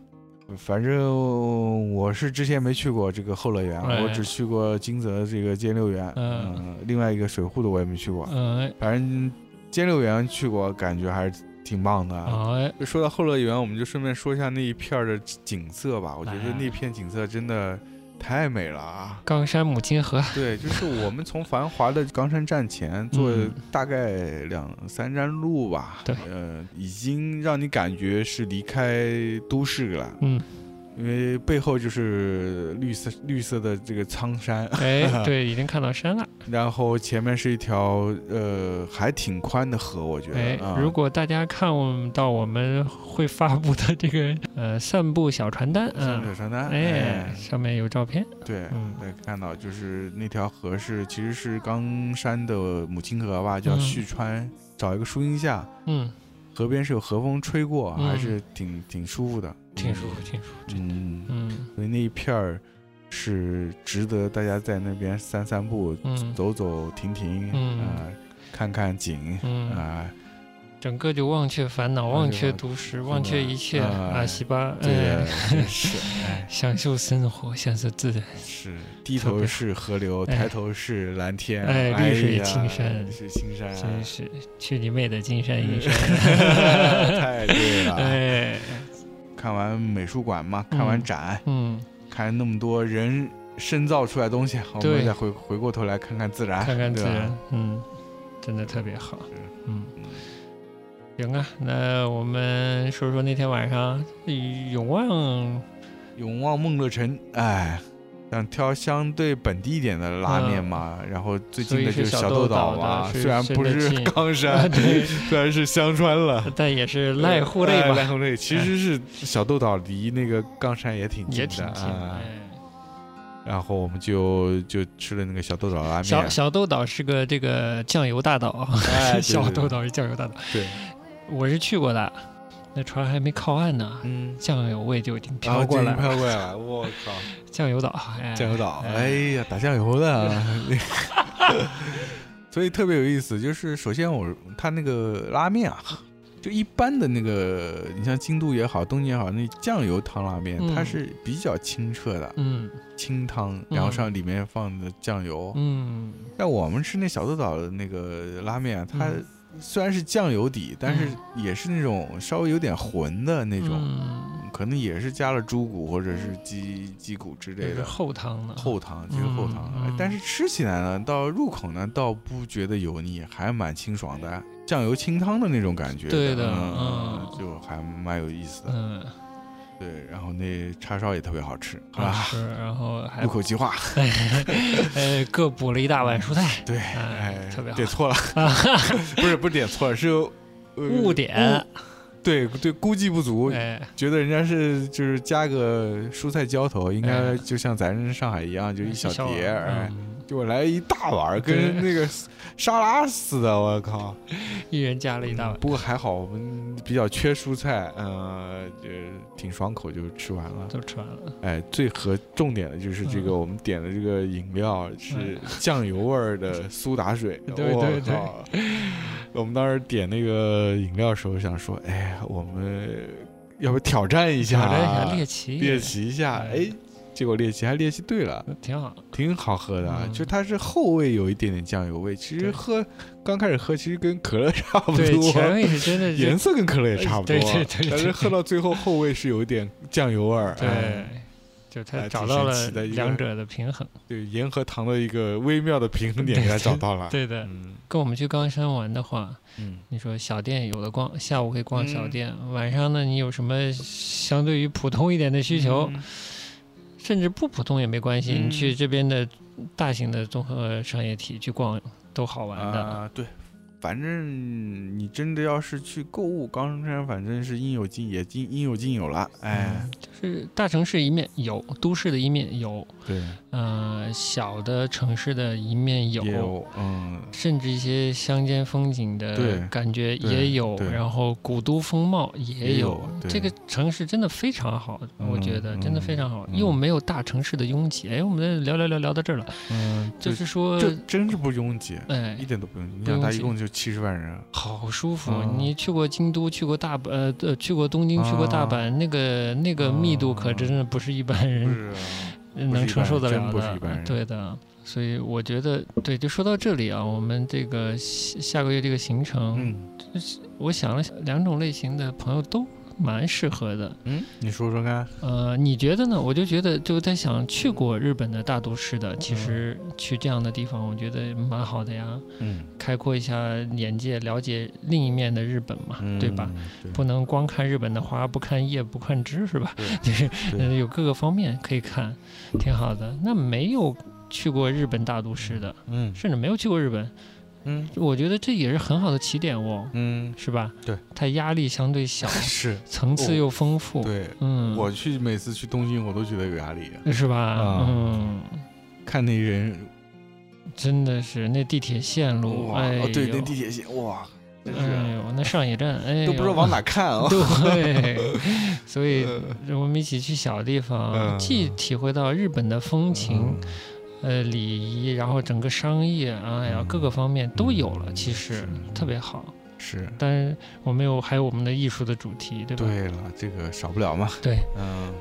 B: 反正我是之前没去过这个后乐园，
C: 哎
B: 我只去过金泽这个兼六园，
C: 嗯
B: 嗯，另外一个水户的我也没去过。
C: 嗯，
B: 反正兼六园去过，感觉还是挺棒的。
C: 哎，
B: 就说到后乐园，我们就顺便说一下那一片儿的景色吧。我觉得
C: 哎
B: 那片景色真的太美了啊！
C: 冈山母 亲河，
B: 对，就是我们从繁华的冈山站前坐
C: 嗯
B: 大概两三站路吧，
C: 对
B: 呃，已经让你感觉是离开都市了，
C: 嗯，
B: 因为背后就是绿色绿色的这个苍山，
C: 哎，对，已经看到山了。
B: 然后前面是一条呃还挺宽的河，我觉得，
C: 哎，
B: 啊
C: 如果大家看我们到我们会发布的这个呃散步小传单
B: 上
C: 啊，
B: 者传单，
C: 哎，上面有照片。
B: 对，
C: 嗯
B: 对，看到就是那条河是其实是冈山的母亲河吧，叫
C: 嗯
B: 旭川，找一个树荫下。
C: 嗯，
B: 河边是有和风吹过，
C: 嗯
B: 还是挺挺舒服的，
C: 挺舒服，挺舒服。真的
B: 嗯，
C: 嗯
B: 所以那一片儿是值得大家在那边散散步、
C: 嗯
B: 走走停停，
C: 嗯
B: 啊，看看景，
C: 嗯，
B: 啊，
C: 整个就忘却烦恼，
B: 忘
C: 忘
B: 却
C: 却
B: 烦
C: 毒食，
B: 吧
C: 忘却一切
B: 哎
C: 啊，西巴，
B: 这个
C: 哎，
B: 真是，哎，
C: 享受生活，享受自然。
B: 是低
C: 特别
B: 头是河流，
C: 哎
B: 抬头是蓝天，
C: 哎
B: 哎
C: 绿水
B: 呀
C: 青山
B: 是青山啊，
C: 真是去你妹的 金山银山！
B: 太对了。
C: 哎，
B: 看完美术馆嘛，看完
C: 嗯
B: 展，
C: 嗯，
B: 看那么多人深造出来的东西，我们
C: 对
B: 再回回过头来看看自然，
C: 看看
B: 啊对
C: 自
B: 吧
C: 然，嗯，真的特别好
B: 是，
C: 嗯，行啊，那我们说说那天晚上永旺，
B: 永旺梦乐城，哎，想挑相对本地一点的拉面嘛，
C: 嗯
B: 然后最近的就是小豆岛啊，
C: 所以是
B: 虽然
C: 小
B: 不
C: 豆岛的是
B: 是
C: 是
B: 冈
C: 啊
B: 山，
C: 对，
B: 虽然是香川 了。
C: 但也是濑户内
B: 哎
C: 吧，
B: 濑户内其实是小豆岛离那个冈山也挺近的，
C: 也挺近的。
B: 啊
C: 哎
B: 然后我们就就吃了那个小豆岛拉面，
C: 小小豆岛是个这个酱油大岛，
B: 哎对
C: 小
B: 对
C: 豆岛是酱油大岛，
B: 对，
C: 我是去过的，那船还没靠岸呢，
B: 嗯，
C: 酱油味就已经
B: 然后
C: 飘过来
B: 就
C: 了，
B: 飘过来了，我靠，
C: 酱油岛，哎
B: 啊 酱油岛，哎
C: 哎
B: 呀，打酱油的啊。 所以特别有意思，就是首先我它那个拉面啊，就一般的那个，你像京都也好，东京也好，那酱油汤拉面、
C: 嗯
B: 它是比较清澈的
C: 嗯
B: 清汤，然后上里面放的酱油。
C: 嗯，
B: 但我们吃那小豆岛的那个拉面啊，它
C: 嗯
B: 虽然是酱油底，但是也是那种稍微有点浑的那种
C: 嗯
B: 可能也是加了猪骨或者是鸡鸡骨之类
C: 就是
B: 的
C: 后汤呢，
B: 后汤，这个后汤
C: 啊嗯嗯，
B: 哎但是吃起来呢，到入口呢倒不觉得油腻，还蛮清爽的，酱油清汤的那种感觉，
C: 哎对的
B: 嗯，
C: 嗯
B: 就还蛮有意思的。
C: 嗯，
B: 对，然后那叉烧也特别好吃
C: 好
B: 啊，
C: 吃，然后还哎
B: 入口即化。
C: 呃各补了一大碗蔬 菜，
B: 对，
C: 哎
B: 哎
C: 特别好
B: 点错了， 不是不是点错了，是呃
C: 误点，
B: 对对，估计不足，
C: 哎，
B: 觉得人家是就是加个蔬菜浇头，应该
C: 哎
B: 就像咱上海一样，就一小碟，
C: 碗
B: 哎，
C: 嗯
B: 给我来一大碗儿，
C: 对
B: 跟那个沙拉似的，我靠！
C: 一人加了一大碗
B: 嗯，不过还好，我们比较缺蔬菜，呃，就挺爽口就吃完了。
C: 都吃完了，
B: 哎，最合重点的就是这个，
C: 嗯
B: 我们点的这个饮料是酱油味儿的苏打水。
C: 对对对
B: 我靠我们当时点那个饮料的时候，想说，哎呀，我们要不挑战一下，
C: 挑战一下猎奇，
B: 猎奇一下，
C: 哎
B: 哎。结果猎奇还猎奇对了，
C: 挺好，
B: 挺好喝的啊，
C: 嗯
B: 就它是后味有一点点酱油味，其实
C: 对
B: 喝刚开始喝其实跟可乐差不
C: 对，前
B: 多，啊
C: 味 是真的是呃
B: 颜色跟可乐也差不多，啊
C: 对对对对
B: 但是喝到最后后味是有一点酱油味儿，
C: 对
B: 哎，
C: 就他
B: 哎
C: 找
B: 挺
C: 到
B: 神
C: 了
B: 奇的一个
C: 两者的平衡。
B: 对盐和糖的一个微妙的平衡点给它找到了，
C: 对的，
B: 嗯
C: 跟我们去冈山玩的话，
B: 嗯，
C: 你说小店有的逛，下午可以逛小
B: 嗯
C: 店，晚上呢你有什么相对于普通一点的需求，
B: 嗯
C: 甚至不普通也没关系，
B: 嗯
C: 你去这边的大型的综合商业体去逛都好玩的。
B: 啊，对。反正你真的要是去购物，冈山反正是应有尽也尽应有尽有了，哎，
C: 就是大城市一面有，都市的一面有，
B: 对，
C: 呃，小的城市的一面
B: 也有，嗯，
C: 甚至一些乡间风景的
B: 对
C: 感觉
B: 对
C: 也有，
B: 对
C: 然后古都风貌也
B: 也
C: 有。
B: 有对
C: 这个城市真的非常好，
B: 嗯
C: 我觉得真的非常好，
B: 嗯
C: 又没有大城市的拥挤。哎，我们在聊聊聊聊到这儿了，
B: 嗯，
C: 就是说，
B: 这真是不拥挤，啊
C: 哎
B: 一，点都不用。你
C: 不
B: 想，
C: 用
B: 他一
C: 紧
B: 共就七十万人，啊
C: 好舒服。
B: 嗯啊
C: 你去过京都，去过大阪，呃，呃去过东京，去过大阪，那个那个密度可真的不是一般
B: 不
C: 人
B: 是啊？
C: 能承受得了
B: 真不是一般
C: 的
B: 人。
C: 对的。所以我觉得，对，就说到这里啊，我们这个下下个月这个行程，
B: 嗯
C: 我想了想，两种类型的朋友都蛮适合的。
B: 嗯，你说说看，
C: 呃，你觉得呢？我就觉得就在想，去过日本的大都市的，其实去这样的地方，我觉得蛮好的呀，
B: 嗯，
C: 开阔一下眼界，了解另一面的日本嘛，
B: 嗯
C: 对吧？？不能光看日本的花，不看叶，不看枝，是吧？
B: 对
C: 就是
B: 对
C: 呃有各个方面可以看，挺好的。那没有去过日本大都市的，
B: 嗯
C: 甚至没有去过日本，
B: 嗯
C: 我觉得这也是很好的起点哦，
B: 嗯，
C: 是吧？
B: 对，
C: 它压力相对小，
B: 是，
C: 层次又丰富，
B: 哦对。
C: 嗯，
B: 我去每次去东京，我都觉得有压力，
C: 是吧
B: 啊？
C: 嗯，
B: 看那人，
C: 真的是那地铁线路，
B: 哇，
C: 哎
B: 哦
C: 呦，
B: 对，那地铁线，哇，真
C: 哎
B: 是啊
C: 呦，那上野站，哎呦，
B: 都不知道往哪看啊。
C: 对，所以
B: 嗯
C: 我们一起去小地方，
B: 嗯
C: 既体会到日本的风情、呃礼仪，然后整个商业，哎呀，
B: 嗯
C: 各个方面都有了，
B: 嗯
C: 其实
B: 是
C: 特别好。
B: 是，
C: 但是我们有还有我们的艺术的主题，对吧？哎
B: 对了，这个少不了嘛。
C: 对
B: 嗯，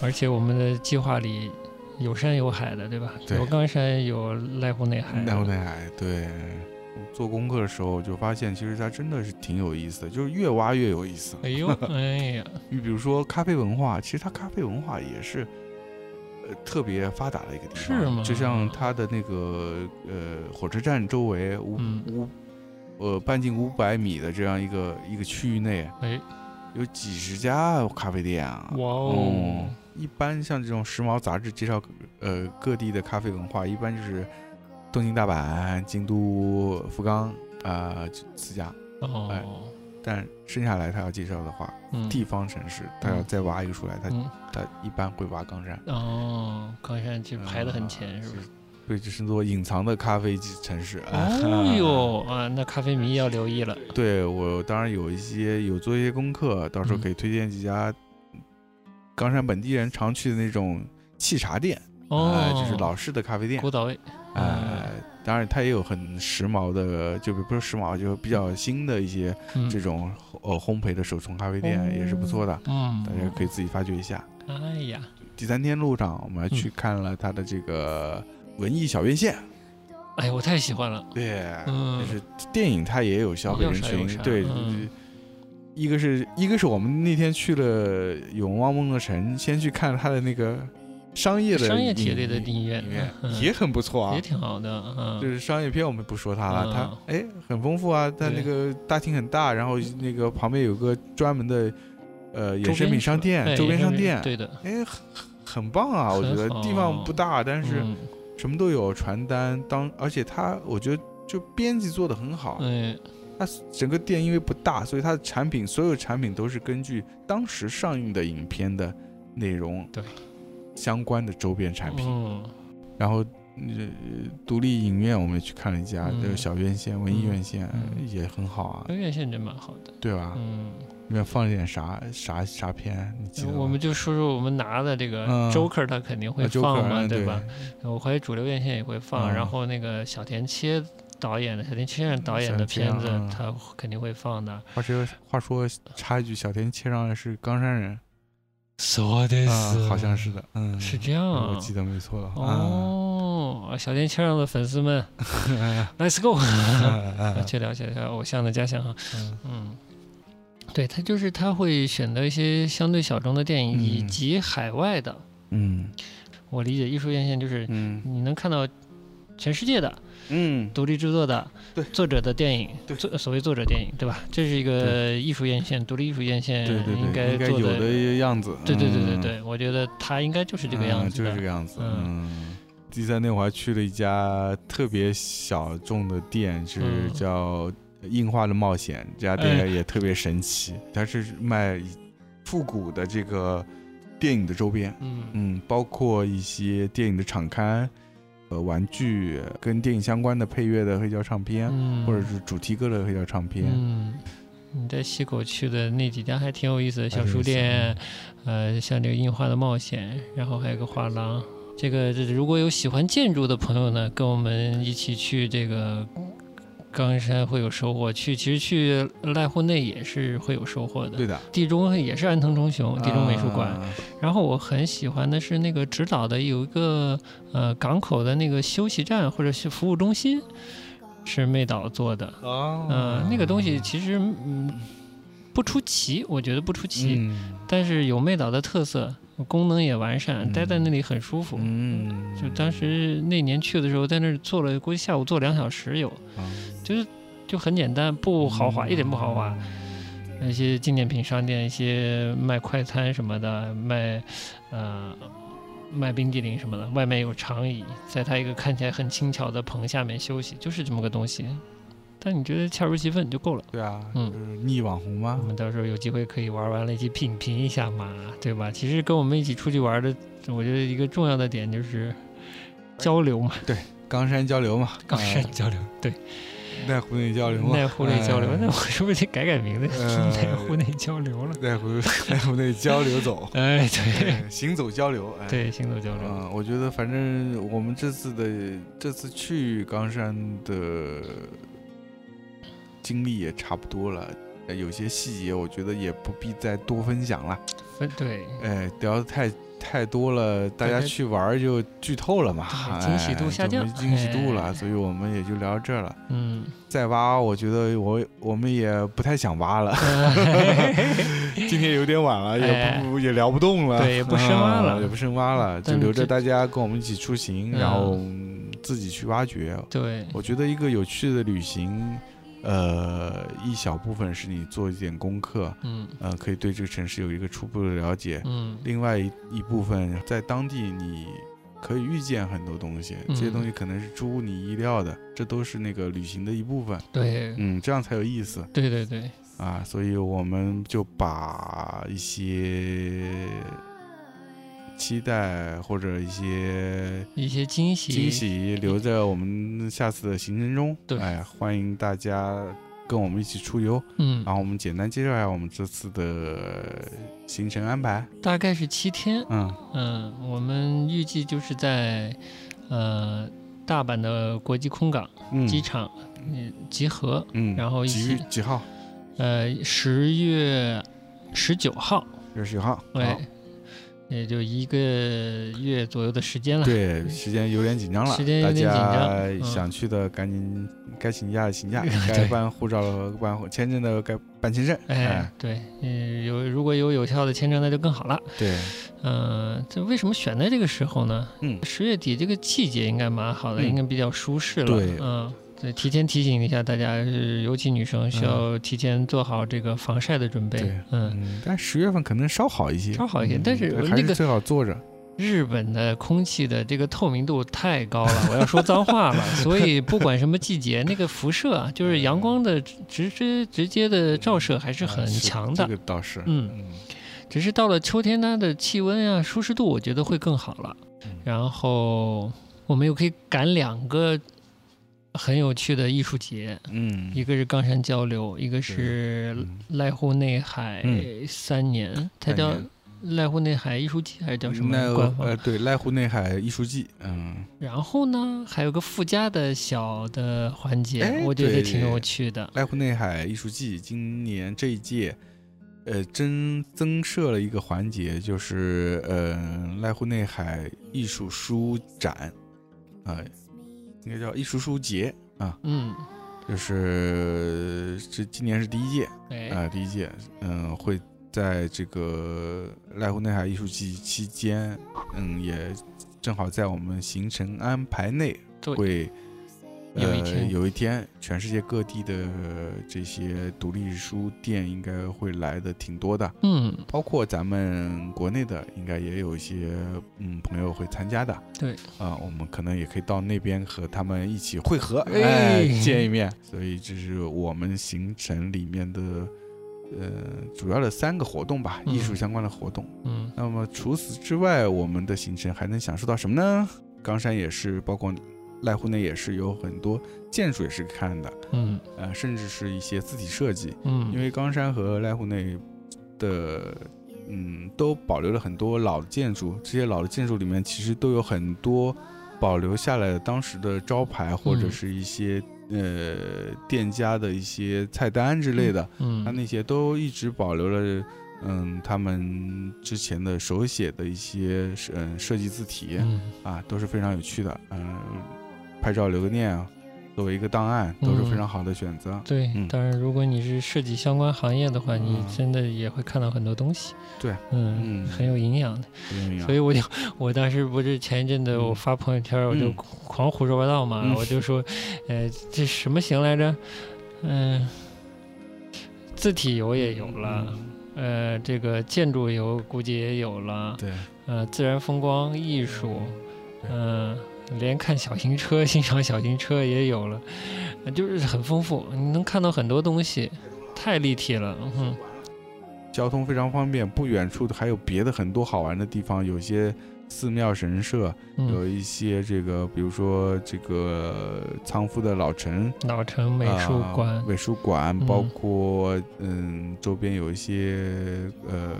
C: 而且我们的计划里有山有海的，对吧？
B: 对
C: 有冈山，有濑户内海，
B: 奈湖内海，对。做功课的时候就发现，其实它真的是挺有意思的，就是越挖越有意思。
C: 哎 呦，哎呀，
B: 你比如说咖啡文化，其实它咖啡文化也是，呃，特别发达的一个地方。
C: 是吗
B: 就像它的那个呃火车站周围五
C: 嗯
B: 五、呃半径五百米的这样一个一个区域内，
C: 哎，
B: 有几十家咖啡店啊。
C: 哇哦
B: 嗯，一般像这种时髦杂志介绍呃各地的咖啡文化，一般就是东京、大阪、京都、福冈啊、呃、这四家。哎
C: 哦，
B: 但剩下来他要介绍的话，
C: 嗯，
B: 地方城市，他要
C: 嗯
B: 再挖一个出来，他
C: 嗯，
B: 他一般会挖冈山，
C: 哦，冈山就排得很
B: 啊
C: 前，是吧？
B: 对，这是做隐藏的咖啡城市。哎
C: 哦，呦啊，那咖啡迷要留意了。
B: 对我当然有一些有做一些功课，到时候
C: 嗯
B: 可以推荐几家冈山本地人常去的那种沏茶店，
C: 哦嗯
B: 哎，就是老式的咖啡店
C: 古，岛味，
B: 哎。当然，它也有很时髦的，就不是时髦，就比较新的一些
C: 嗯
B: 这种呃烘焙的手冲咖啡店也是不错的，
C: 嗯
B: 大，家可以自己发掘一下。
C: 哎呀，
B: 第三天路上，我们还
C: 嗯
B: 去看了它的这个文艺小院线，
C: 哎，我太喜欢了，
B: 对，
C: 嗯
B: 就是电影它也有消费人
C: 要啥有
B: 群
C: 啥，
B: 对，
C: 嗯
B: 一个是一个是我们那天去了永旺梦乐城，先去看了他的那个商业的
C: 商业体
B: 影
C: 类的影院
B: 影院
C: 嗯
B: 也很不错啊
C: 也，挺好的啊
B: 就。是商业片我们不说它了，
C: 嗯
B: 它哎很丰富啊，它那
C: 对
B: 个大厅很大，然后那个旁边有个专门的呃
C: 周
B: 衍
C: 边
B: 生品商店、
C: 哎
B: 周边
C: 衍生
B: 商
C: 品
B: 店，
C: 对的，
B: 哎很很棒啊，我觉
C: 很
B: 得
C: 好
B: 地方不大，但是
C: 嗯
B: 什么都有，传单当，而且它我觉得就编辑做的很好，
C: 哎，
B: 它整个店因为不大，所以它的产品所有产品都是根据当时上映的影片的内容
C: 对
B: 相关的周边产品。
C: 嗯，
B: 然后呃，独立影院我们也去看了一家，
C: 嗯
B: 就是小院线、文艺院线、
C: 嗯
B: 也很好啊，
C: 音乐线真蛮好的，
B: 对吧？
C: 嗯。
B: 里面放了点啥啥啥片，你记得吗？
C: 呃我们就说说我们拿的这个
B: 嗯
C: Joker，它肯定
B: 啊
C: 会
B: ，Joker，
C: 放嘛，
B: 嗯对
C: 吧？？我怀疑主流院线也会放，
B: 嗯
C: 然后那个小田切导演的小田切先生导演
B: 小
C: 的
B: 田切
C: 片子
B: 嗯，
C: 他肯定会放的。
B: 话说话说插一句，小田切让是冈山人
C: そうで
B: 啊，好像是的，嗯，
C: 是这样啊
B: 我记得没错的话。啊
C: 哦，小田切让的粉丝们，Let's go，去
B: 啊
C: 了解一下偶像的家乡哈。
B: 嗯
C: 嗯，对他就是他会选择一些相对小众的电影
B: 嗯
C: 以及海外的。
B: 嗯
C: 我理解艺术院线就是
B: 嗯
C: 你能看到全世界的
B: 嗯，
C: 独立制作的
B: 对
C: 作者的电影，
B: 对
C: 作呃所谓作者电影，对吧？这是一个艺术院线，独立艺术院线
B: 对对对，应
C: 该做
B: 有的样子。
C: 对对对对
B: 嗯
C: 对，我觉得他应该就是这个样
B: 嗯
C: 子
B: 就是
C: 的。
B: 这个样子。
C: 嗯
B: 嗯，第三天我还去了一家特别小众的店，是
C: 嗯
B: 叫硬化的冒险。这家
C: 哎
B: 店也特别神奇，它是卖复古的这个电影的周边，
C: 嗯
B: 嗯，包括一些电影的场刊、呃玩具跟电影相关的配乐的黑胶唱片，
C: 嗯，
B: 或者是主题歌的黑胶唱片。
C: 嗯。你在西口去的那几家还挺有意思的小书店，呃，像这个印花的冒险，然后还有个画廊。这个这如果有喜欢建筑的朋友呢，跟我们一起去这个冈山会有收获。去其实去濑户内也是会有收获的。
B: 对的，
C: 地中也是安藤忠雄地中美术馆。
B: 啊
C: 然后我很喜欢的是那个直岛的有一个呃港口的那个休息站或者是服务中心，是妹岛做的。
B: 哦，
C: 嗯，那个东西其实嗯不出奇，我觉得不出奇，
B: 嗯
C: 但是有妹岛的特色，功能也完善，
B: 嗯
C: 待在那里很舒服。
B: 嗯，
C: 就当时那年去的时候，在那儿坐了，估计下午坐两小时有，
B: 啊
C: 就是就很简单，不豪
B: 嗯
C: 华，一点不豪华。那些纪念品商店，一些卖快餐什么的，卖呃卖冰激凌什么的，外面有长椅，在它一个看起来很轻巧的棚下面休息，就是这么个东西。但你觉得恰如其分就够了。
B: 对啊，
C: 嗯
B: 就是逆网红
C: 我
B: 吗？
C: 们到时候有机会可以玩完了一起品评一下嘛，对吧？其实跟我们一起出去玩的，我觉得一个重要的点
B: 哎
C: 就是交流嘛，
B: 冈山交流嘛，
C: 冈山交流，对，
B: 呃濑户内啊交流嘛，
C: 奈湖内交流，
B: 哎
C: 那我是不是得改改名字，
B: 呃
C: 奈湖内交流了？
B: 濑户 濑户内交流走，
C: 哎，对
B: 哎行走交流，哎。
C: 对，行走交流，
B: 嗯，我觉得反正我们这次的这次去冈山的经历也差不多了，呃有些细节我觉得也不必再多分享了，
C: 分对，
B: 哎，聊的太太多了，大
C: 大
B: 家
C: 家
B: 去玩儿就剧透了嘛，
C: 对惊喜度
B: 哎
C: 下
B: 就没
C: 降
B: 惊喜度了，
C: 哎
B: 所以我们也就聊到这儿了。
C: 嗯，
B: 再挖，我觉得我我们也不太想挖 了，今天有点晚了，也不、也聊不动了，
C: 哎对也不深挖了
B: 嗯也不深挖了，就
C: 但
B: 留着
C: 这
B: 大家跟我们一起出行，
C: 嗯
B: 然后嗯自己去挖掘。
C: 对，
B: 我觉得一个有趣的旅行，呃，一小部分是你做一点功课，
C: 嗯
B: 呃，可以对这个城市有一个初步的了解；
C: 嗯
B: 另外一一部分在当地你。可以预见很多东西，这些
C: 嗯
B: 东西可能是出乎你意料的，这都是那个旅行的一部分。
C: 对
B: 嗯，这样才有意思
C: 对对对，
B: 啊！所以我们就把一些期待或者一些
C: 一些惊喜
B: 惊喜留在我们下次的行程中。
C: 对
B: 哎，欢迎大家跟我们一起出游。
C: 嗯
B: 然，后我们简单介绍一下我们这次的行程安排。
C: 大概是七天，
B: 嗯
C: 嗯，我们预计就是在呃大阪的国际空港
B: 嗯
C: 机场嗯集合，
B: 嗯，
C: 然后一
B: 几
C: 起
B: 月几号？
C: 呃十月十九号，
B: 六十九号。好
C: 哎，也就一个月左右的时 间了。
B: 对，时间有点紧张了，
C: 时间有点紧张
B: 大
C: 嗯，
B: 家想去的赶紧该请假的请假
C: 对
B: 该办护照的办护签证的该办签证。
C: 哎
B: 哎，，
C: 对，嗯，有如果有有效的签证，那就更好了。
B: 对，
C: 嗯、这为什么选在这个时候呢？
B: 嗯
C: 十月底这个季节应该蛮好的，
B: 嗯
C: 应该比较舒适了。
B: 对
C: 嗯。对，提前提醒一下大家，是尤其女生需要提前做好这个防晒的准备。
B: 嗯对
C: 嗯，
B: 嗯，但十月份可能稍好一些，
C: 稍好一些
B: 嗯
C: 但是
B: 对
C: 我
B: 还
C: 那个
B: 是最好坐着。
C: 日本的空气的这个透明度太 高了，我要说脏话了。所以不管什么季节，那个辐射啊，就是阳光的直直直接的照射还是很
B: 啊
C: 强的
B: 这。个倒是，
C: 嗯只是到了秋天，它的气温呀、舒适度，我觉得会更好了
B: 嗯。
C: 然后我们又可以赶两个很有趣的艺术节，
B: 嗯，
C: 一个是冈山交流，一个是
B: 嗯
C: 濑户内海
B: 嗯
C: 三年，它
B: 三
C: 叫
B: 年
C: 濑户内海艺术季还是叫什么
B: 那
C: 官
B: 呃
C: 方？
B: 对濑户内海艺术季，嗯，
C: 然后呢，还有个附加的小的环节
B: 哎，
C: 我觉得
B: 对
C: 挺有趣的。
B: 濑户内海艺术季今年这一届，呃，增增设了一个环节，就是呃濑户内海艺术书展，啊、应该叫艺术书节啊，
C: 嗯，
B: 就是呃这今年是第一届啊、
C: 哎，
B: 第一届，嗯、会在这个濑户内海艺术季期间，嗯，也正好在我们行程安排内
C: 对
B: 会。
C: 有一天
B: 呃，有一天，全世界各地的呃这些独立书店应该会来的挺多的，
C: 嗯，
B: 包括咱们国内的，应该也有一些嗯朋友会参加的。
C: 对，
B: 啊、我们可能也可以到那边和他们一起会合，
C: 哎
B: 哎，见一面。所以这是我们行程里面的呃主要的三个活动吧，
C: 嗯
B: 艺术相关的活动。
C: 嗯，
B: 那么除此之外，我们的行程还能享受到什么呢？冈山也是，包括濑户内也是有很多建筑也是看的，
C: 嗯，
B: 呃，甚至是一些字体设计，
C: 嗯，
B: 因为冈山和濑户内的。嗯，都保留了很多老的建筑，这些老的建筑里面其实都有很多保留下来的当时的招牌或者
C: 嗯
B: 是一些、呃店家的一些菜单之类的。
C: 嗯，
B: 他那些都一直保留了，嗯，他们之前的手写的一些嗯设计字体
C: 嗯
B: 啊，都是非常有趣的，嗯，拍照留个念，啊作为一个档案都
C: 嗯
B: 是非常好的选择。
C: 对，
B: 嗯
C: 当然，如果你是设计相关行业的话，你
B: 嗯
C: 真的也会看到很多东西。
B: 对，
C: 嗯，
B: 嗯
C: 很有营养的。
B: 嗯
C: 所以我就， 我当时不是前一阵子
B: 嗯
C: 我发朋友圈，我就
B: 嗯
C: 狂胡说八道嘛，
B: 嗯
C: 我就说，呃，这什么型来着？嗯、字体油也有了。
B: 嗯
C: 呃，这个建筑油估计也有了，
B: 对，
C: 呃，自然风光艺术，
B: 对
C: 嗯、连看小型车、欣赏小型车也有了，呃就是很丰富，你能看到很多东西，太立体了。嗯
B: 交通非常方便，不远处还有别的很多好玩的地方，有些寺庙神社，有
C: 嗯，
B: 一些这个，比如说这个呃仓敷的老城，
C: 老城美术馆，
B: 啊美术馆
C: 嗯
B: 包括嗯周边有一些呃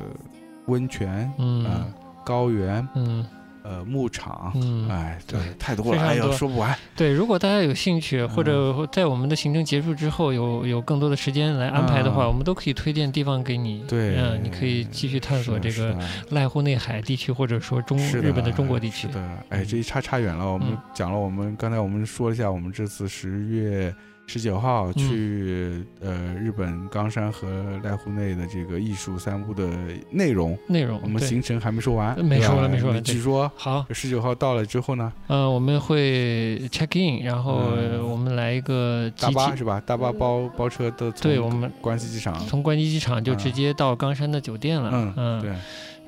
B: 温泉
C: 嗯、
B: 啊、高原
C: 嗯
B: 呃牧场，
C: 嗯，
B: 哎，
C: 对
B: 这太多了，
C: 非常
B: 哎呀
C: 多
B: 说不完。
C: 对，如果大家有兴
B: 嗯
C: 趣，或者在我们的行程结束之后有有更多的时间来安排的话，
B: 啊
C: 我们都可以推荐地方给你。
B: 对
C: 嗯，你可以继续探索这
B: 是
C: 个
B: 的
C: 濑户内海地区，或者说中
B: 是的，
C: 日本的中国地区
B: 是。的，哎，这一差差远了。我们
C: 嗯
B: 讲了，我们刚才我们说了一下，我们这次十月十九号去
C: 嗯
B: 呃日本冈山和濑户内的这个艺术散步的内容，
C: 内容
B: 我们
C: 对
B: 行程还没说完，
C: 没
B: 对吧啊
C: 说完没说完对
B: 据说。
C: 好，
B: 十九号到了之后呢，
C: 呃，我们会 check in，然后
B: 嗯
C: 我们来一个集
B: 大
C: 体，
B: 巴是吧？大巴包包车都
C: 嗯对
B: 从
C: 我们
B: 关西机场，
C: 从关西机场就直
B: 嗯
C: 接到冈山的酒店了，
B: 嗯对，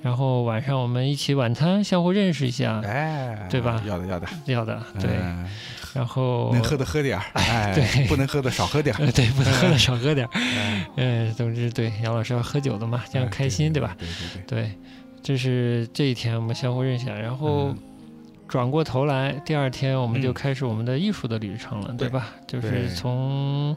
C: 然后晚上我们一起晚餐，相互认识一下，
B: 哎，
C: 嗯对吧
B: 要的要的，
C: 要的对，
B: 嗯
C: 然后
B: 能喝的喝点儿，哎，
C: 对
B: 不能喝的少喝点儿
C: 呃， 对，不能喝的少喝点儿，
B: 哎
C: 呃，总之对，杨老师 要喝酒的嘛，这样
B: 哎
C: 开心，对吧？
B: 对对对，
C: 对，这是这一天我们相互认识，啊，然后
B: 嗯
C: 转过头来，第二天我们就
B: 嗯
C: 开始我们的艺术的旅程了，
B: 对
C: 对吧？就
B: 对
C: 是从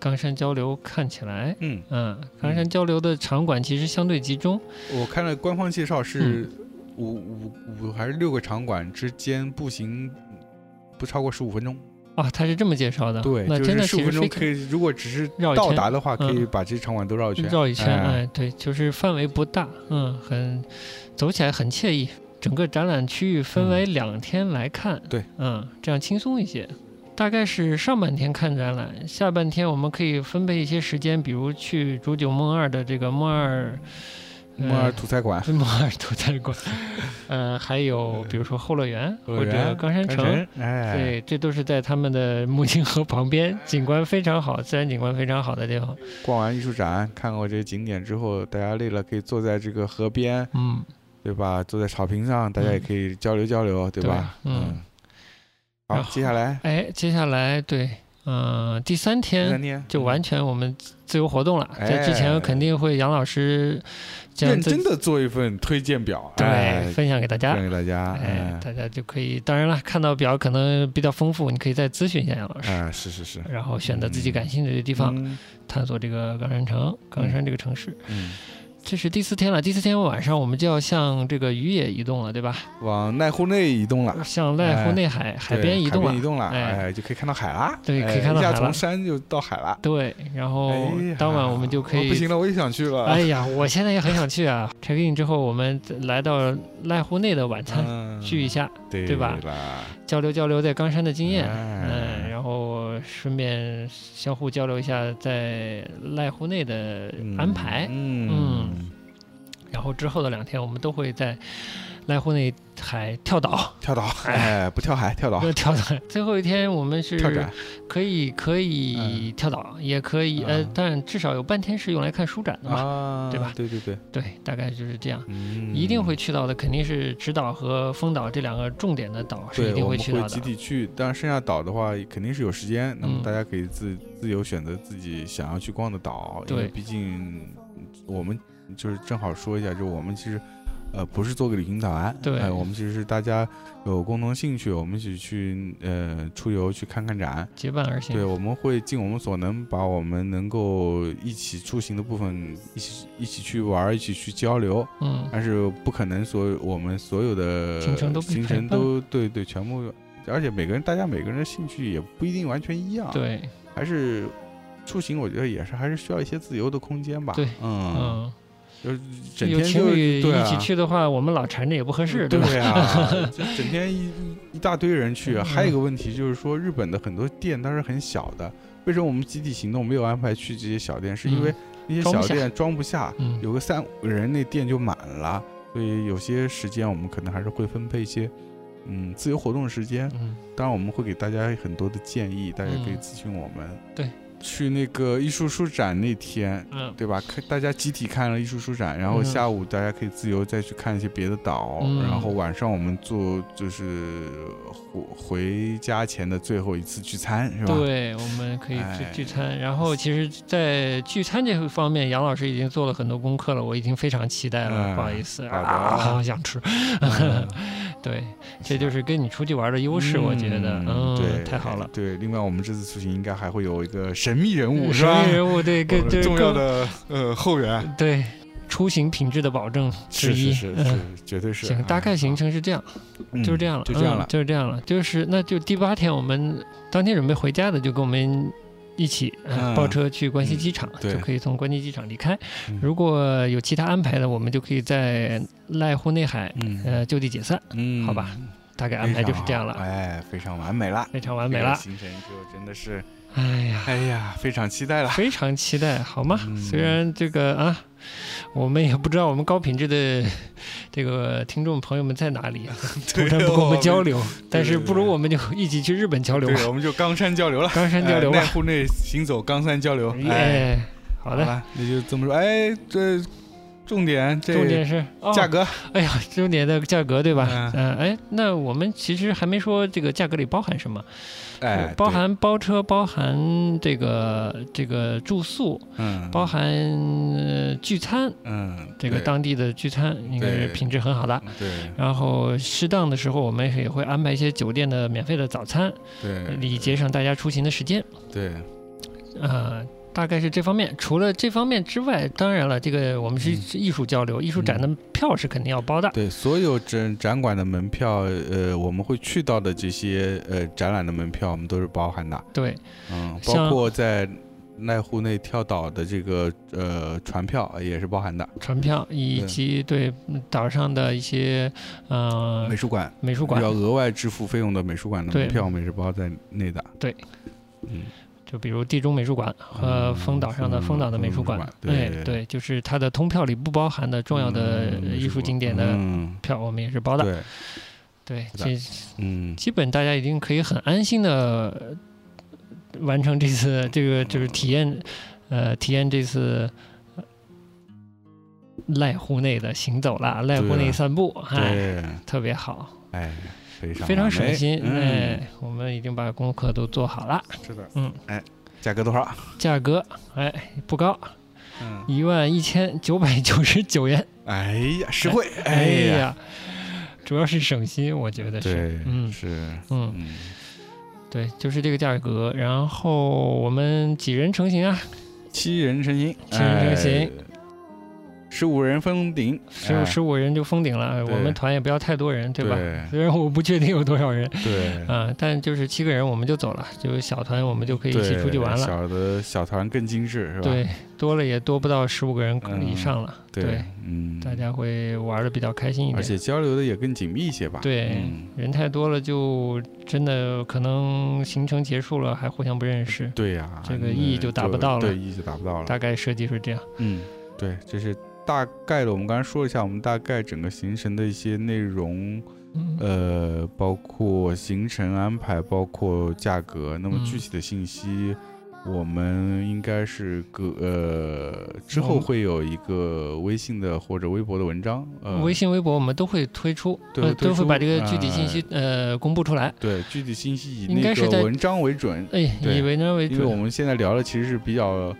C: 冈山交流看起来。
B: 嗯，
C: 嗯，冈山交流的场馆其实相对集中，
B: 我看了官方介绍是
C: 嗯
B: 五五五还是六个场馆之间步行不超过十五分钟，
C: 啊，他是这么介绍的。
B: 对，
C: 那
B: 就
C: 真
B: 是
C: 的
B: 十
C: 其
B: 五
C: 实
B: 分钟
C: 非
B: 可以，如果只是
C: 绕一
B: 到
C: 圈
B: 达的话，可以
C: 嗯
B: 把这场馆都绕一圈。
C: 绕一圈，
B: 哎
C: 哎，对，就是范围不大，嗯，很走起来很惬意。整个展览区域分为两天来看，
B: 对，
C: 嗯，这样轻松一些。大概是上半天看展览，下半天我们可以分配一些时间，比如去竹久梦二的这个梦二，呃
B: 莫尔土菜馆、
C: 梦二屠宰馆， 呃，还有比如说后乐园
B: 乐
C: 或者
B: 园
C: 冈山城，
B: 城，哎，
C: 对，这都是在他们的 木津河旁边，景观非常好，自然景观非常好的地方。
B: 逛完艺术展，看过这些景点之后，大家累了可以坐在这个河边，
C: 嗯，
B: 对吧？坐在草坪上，大家也可以交流交流，对吧？
C: 对嗯。
B: 好
C: 然，后
B: 接下来
C: 哎，接下来对，嗯、第三
B: 第三
C: 天
B: 天
C: 就完全我们自由活动了。
B: 哎
C: 在之前肯定会杨老师
B: 认
C: 将自
B: 真的做一份推荐表，
C: 对、
B: 哎
C: 分享给大家
B: 分。给大家，
C: 哎
B: 哎，，
C: 大家就可以，当然了，看到表可能比较丰富，你可以再咨询一下杨老师，
B: 哎，是是是，
C: 然后选择自己
B: 嗯
C: 感兴趣的地
B: 地
C: 方，，探索这个冈山城、冈山这个城市。
B: 嗯，
C: 这是第四天了，第四天晚上我们就要向这个渔野移动了，对吧？
B: 往濑户内移动了。
C: 向濑户内海、海
B: 对
C: 边移动
B: 哎海
C: 了，
B: 边移动了，
C: 哎
B: 哎，就可以看到海啦，
C: 对
B: 哎
C: 可以看到
B: 一下
C: 海了
B: 从山就到海了。
C: 对，然后
B: 哎呀
C: 当晚我们就可以
B: 我不行了，我也想去 了。
C: 哎呀，我现在也很想去啊！check in 之后，我们来到濑户内的晚餐
B: 嗯，
C: 聚一下，
B: 对
C: 对吧
B: 啦
C: 交流交流在冈山的经验，
B: 哎
C: 嗯，然后顺便相互交流一下在濑户内的安排。
B: 嗯，
C: 然后之后的两天，我们都会在濑户内海跳岛，
B: 跳岛，哎，不跳海，跳岛，
C: 跳岛。 最后一天我们
B: 跳
C: 是
B: 展，嗯
C: 可以可以跳岛，也可以呃
B: 啊，
C: 但至少有半天是用来看书展的嘛。
B: 啊，
C: 对吧
B: 对对对，
C: 对，大概就是这样。
B: 嗯，
C: 一定会。去到的，肯定是直岛和丰岛这两个重点的岛是
B: 对
C: 一，定
B: 我们
C: 去
B: 会
C: 到
B: 集
C: 的。
B: 体去，但是剩下岛的话肯定是有时间，那么
C: 嗯
B: 大家可以自自由选择自己想要去逛的岛，因为
C: 对
B: 毕竟我们就是正好说一下，就是我们其实呃不是做个旅行团，
C: 对
B: 哎我们其实是大家有共同兴趣，我们一起去呃出游去看看展，
C: 结伴而行，
B: 对，我们会尽我们所能把我们能够一起出行的部分一起一起去玩儿，一起去交流，
C: 嗯，
B: 但是不可能所有我们所有的
C: 行程都被
B: 行
C: 排
B: 程
C: 班
B: 都对对全部，而且每个人大家每个人的兴趣也不一定完全一样，，
C: 对，
B: 还是出行我觉得也是还是需要一些自由的空间吧，
C: 对
B: 嗯，
C: 嗯，
B: 就是整
C: 有
B: 天就
C: 情侣
B: 对
C: 一起
B: 啊
C: 去的话，我们老缠着也不合 适，吧？
B: 对啊，就整天一一一大堆人去。
C: 嗯
B: 还有一个问题就是说，日本的很多店它是很小的，为什么我们集体行动没有安排去这些小店？是因为那些
C: 嗯装不
B: 小
C: 下
B: 店装不下，
C: 嗯，
B: 有个三五个人那店就满了，所以有些时间我们可能还是会分配一些。嗯，自由活动的时间，
C: 嗯，
B: 当然我们会给大家很多的建议，大家可以
C: 嗯
B: 咨询我们。
C: 对，
B: 去那个艺术书展那天，
C: 嗯，
B: 对吧？看大家集体看了艺术书展，然后
C: 嗯
B: 下午大家可以自由再去看一些别的岛，
C: 嗯
B: 然后晚上我们做就是回回家前的最后一次聚餐，是吧？
C: 对，我们可以聚
B: 哎
C: 聚餐。然后，其实，在聚餐这方面，杨老师已经做了很多功课了，我已经非常期待了，
B: 嗯
C: 不好意思
B: 好的
C: 啊，好想吃。
B: 嗯，
C: 对，这就是跟你出去玩的优势，我觉得，
B: 嗯对，
C: 嗯，太好了。
B: 对，另外我们这次出行应该还会有一个神秘人物，是
C: 嗯神
B: 吧
C: 秘？人物对，
B: 啊我
C: 更
B: 们
C: 这
B: 重
C: 更
B: 要的呃后援
C: 对，出行品质的保证之
B: 是
C: 一。
B: 是是
C: 嗯
B: 是，绝对是。
C: 行，大概行程是这样，
B: 嗯
C: 就是这样了，
B: 就这样
C: 嗯
B: 了。
C: 就是这样了，就是那就第八天，我们当天准备回家的，就跟我们一起、呃
B: 嗯
C: 包车去关西机场，
B: 对
C: 就可以从关西机场离开。
B: 嗯
C: 如果有其他安排的，我们就可以在濑户内海
B: 嗯
C: 呃就地解散，
B: 嗯，
C: 好吧，大概
B: 非
C: 安排就是
B: 常
C: 这样
B: 好
C: 了，
B: 哎，非常完美了，
C: 非常完美
B: 这个
C: 了。
B: 行程就真的是，
C: 哎呀，
B: 哎呀，非常期 待了。
C: 非常期待，好吗？
B: 嗯
C: 虽然这个啊，我们也不知道我们高品质的这个听众朋友们在哪里，啊突然不跟我们交
B: 哦
C: 流，但是不如我们就一起去日本交流
B: 对，
C: 吧，
B: 我们就冈山交流 了，
C: 冈山交流
B: 哎
C: 吧
B: 奈。户内行走冈山交流。哎，
C: 耶，好的，
B: 了，那就这么说。哎，这重点这
C: 重点是哦
B: 价格，
C: 哎呀，重点的价格对吧？
B: 嗯
C: 嗯，哎，那我们其实还没说这个价格里包含什么，
B: 哎，
C: 包含包车，包含这个这个住宿，
B: 对嗯，
C: 包含呃聚餐，
B: 嗯
C: 这个
B: 对
C: 当地的聚餐应该是
B: 对嗯
C: 品质很好的。
B: 对
C: 然后适当的时候，我们也会安排一些酒店的免费的早餐，
B: 对
C: 以节省大家出行的时间。
B: 对
C: 呃，大概是这方面。除了这方面之外，当然了，这个我们
B: 嗯
C: 是是艺术交流，艺术展的票是肯定要包的。
B: 对，所有展展馆的门票，呃，我们会去到的这些呃展览的门票，我们都是包含的。
C: 对，
B: 嗯，
C: 像
B: 包括在濑户内跳岛的这个呃船票也是包含的。
C: 船票以
B: 对
C: 及对岛上的一些呃
B: 美术馆
C: 美术馆
B: 要，额外支付费用的美术馆的
C: 对
B: 门票，我们也是包在内的。
C: 对，
B: 嗯，
C: 就比如地中美术馆和
B: 嗯
C: 丰岛上的丰岛的美术馆
B: 丰岛，美术
C: 哎
B: 馆对，
C: 对，就是它的通票里不包含的重要的
B: 嗯
C: 呃艺术经典的
B: 嗯，
C: 票，我们也是包的。
B: 对，
C: 对，
B: 是的
C: 这
B: 嗯，
C: 基本大家已经可以很安心的完成这次这个就是体验，呃，体验这次呃濑户内的行走啦，濑户内散步，哎，
B: 啊对，
C: 特别好，
B: 哎，非常
C: 非常
B: 完
C: 省
B: 美
C: 心。
B: 嗯，
C: 哎，我们已经把功课都做好了，
B: 是的，
C: 嗯，
B: 哎，价格多少？
C: 价格哎不高，
B: 嗯，
C: 一万一千九百九十九元。
B: 哎呀，实惠，
C: 哎
B: 呀，
C: 呀，主要是省心，我觉得是。
B: 对，
C: 嗯
B: 是，
C: 嗯，
B: 嗯，
C: 对，就是这个价格。然后我们几人成行啊？
B: 七人成行，
C: 七人成行
B: 哎，十五人封顶，
C: 十
B: 哎
C: 十五人就封顶了，
B: 对
C: 我们团也不要太多人，对吧？嗯
B: 对嗯
C: 虽然我不确定有多少人
B: 对，
C: 啊，但就是七个人我们就走了，就是小团我们就可以一起
B: 对
C: 出去玩了。
B: 小的小团更精致，是吧？
C: 对，多了也多不到十五个人以上了，对
B: 对，嗯，
C: 大家会玩的比较开心一
B: 而
C: 点。
B: 且交流的也更紧密一些吧？
C: 对
B: 嗯
C: 人太多了，就真的可能行程结束了还互相不认识，
B: 对呀，
C: 这个
B: 那
C: 意义就达不到了
B: 对，意义就达不到了。
C: 大概设计是这样。
B: 嗯，对，这是大概的。我们刚才说了一下，我们大概整个行程的一些内容，
C: 嗯，
B: 呃，包括行程安排，包括价格。那么
C: 嗯
B: 具体的信息，我们应该是个呃之
C: 我
B: 后
C: 们
B: 会有一个微信的或者微博的文章，呃，
C: 微信、微博我们都会推出，
B: 对
C: 呃
B: 会推
C: 都会
B: 出啊
C: 把这个具体信息呃公布出来。
B: 对具体信息以
C: 应该
B: 那
C: 是
B: 个
C: 在
B: 文章为准，
C: 哎，
B: 对
C: 以为呢为
B: 因为
C: 准
B: 我。们现在聊的其实是比较。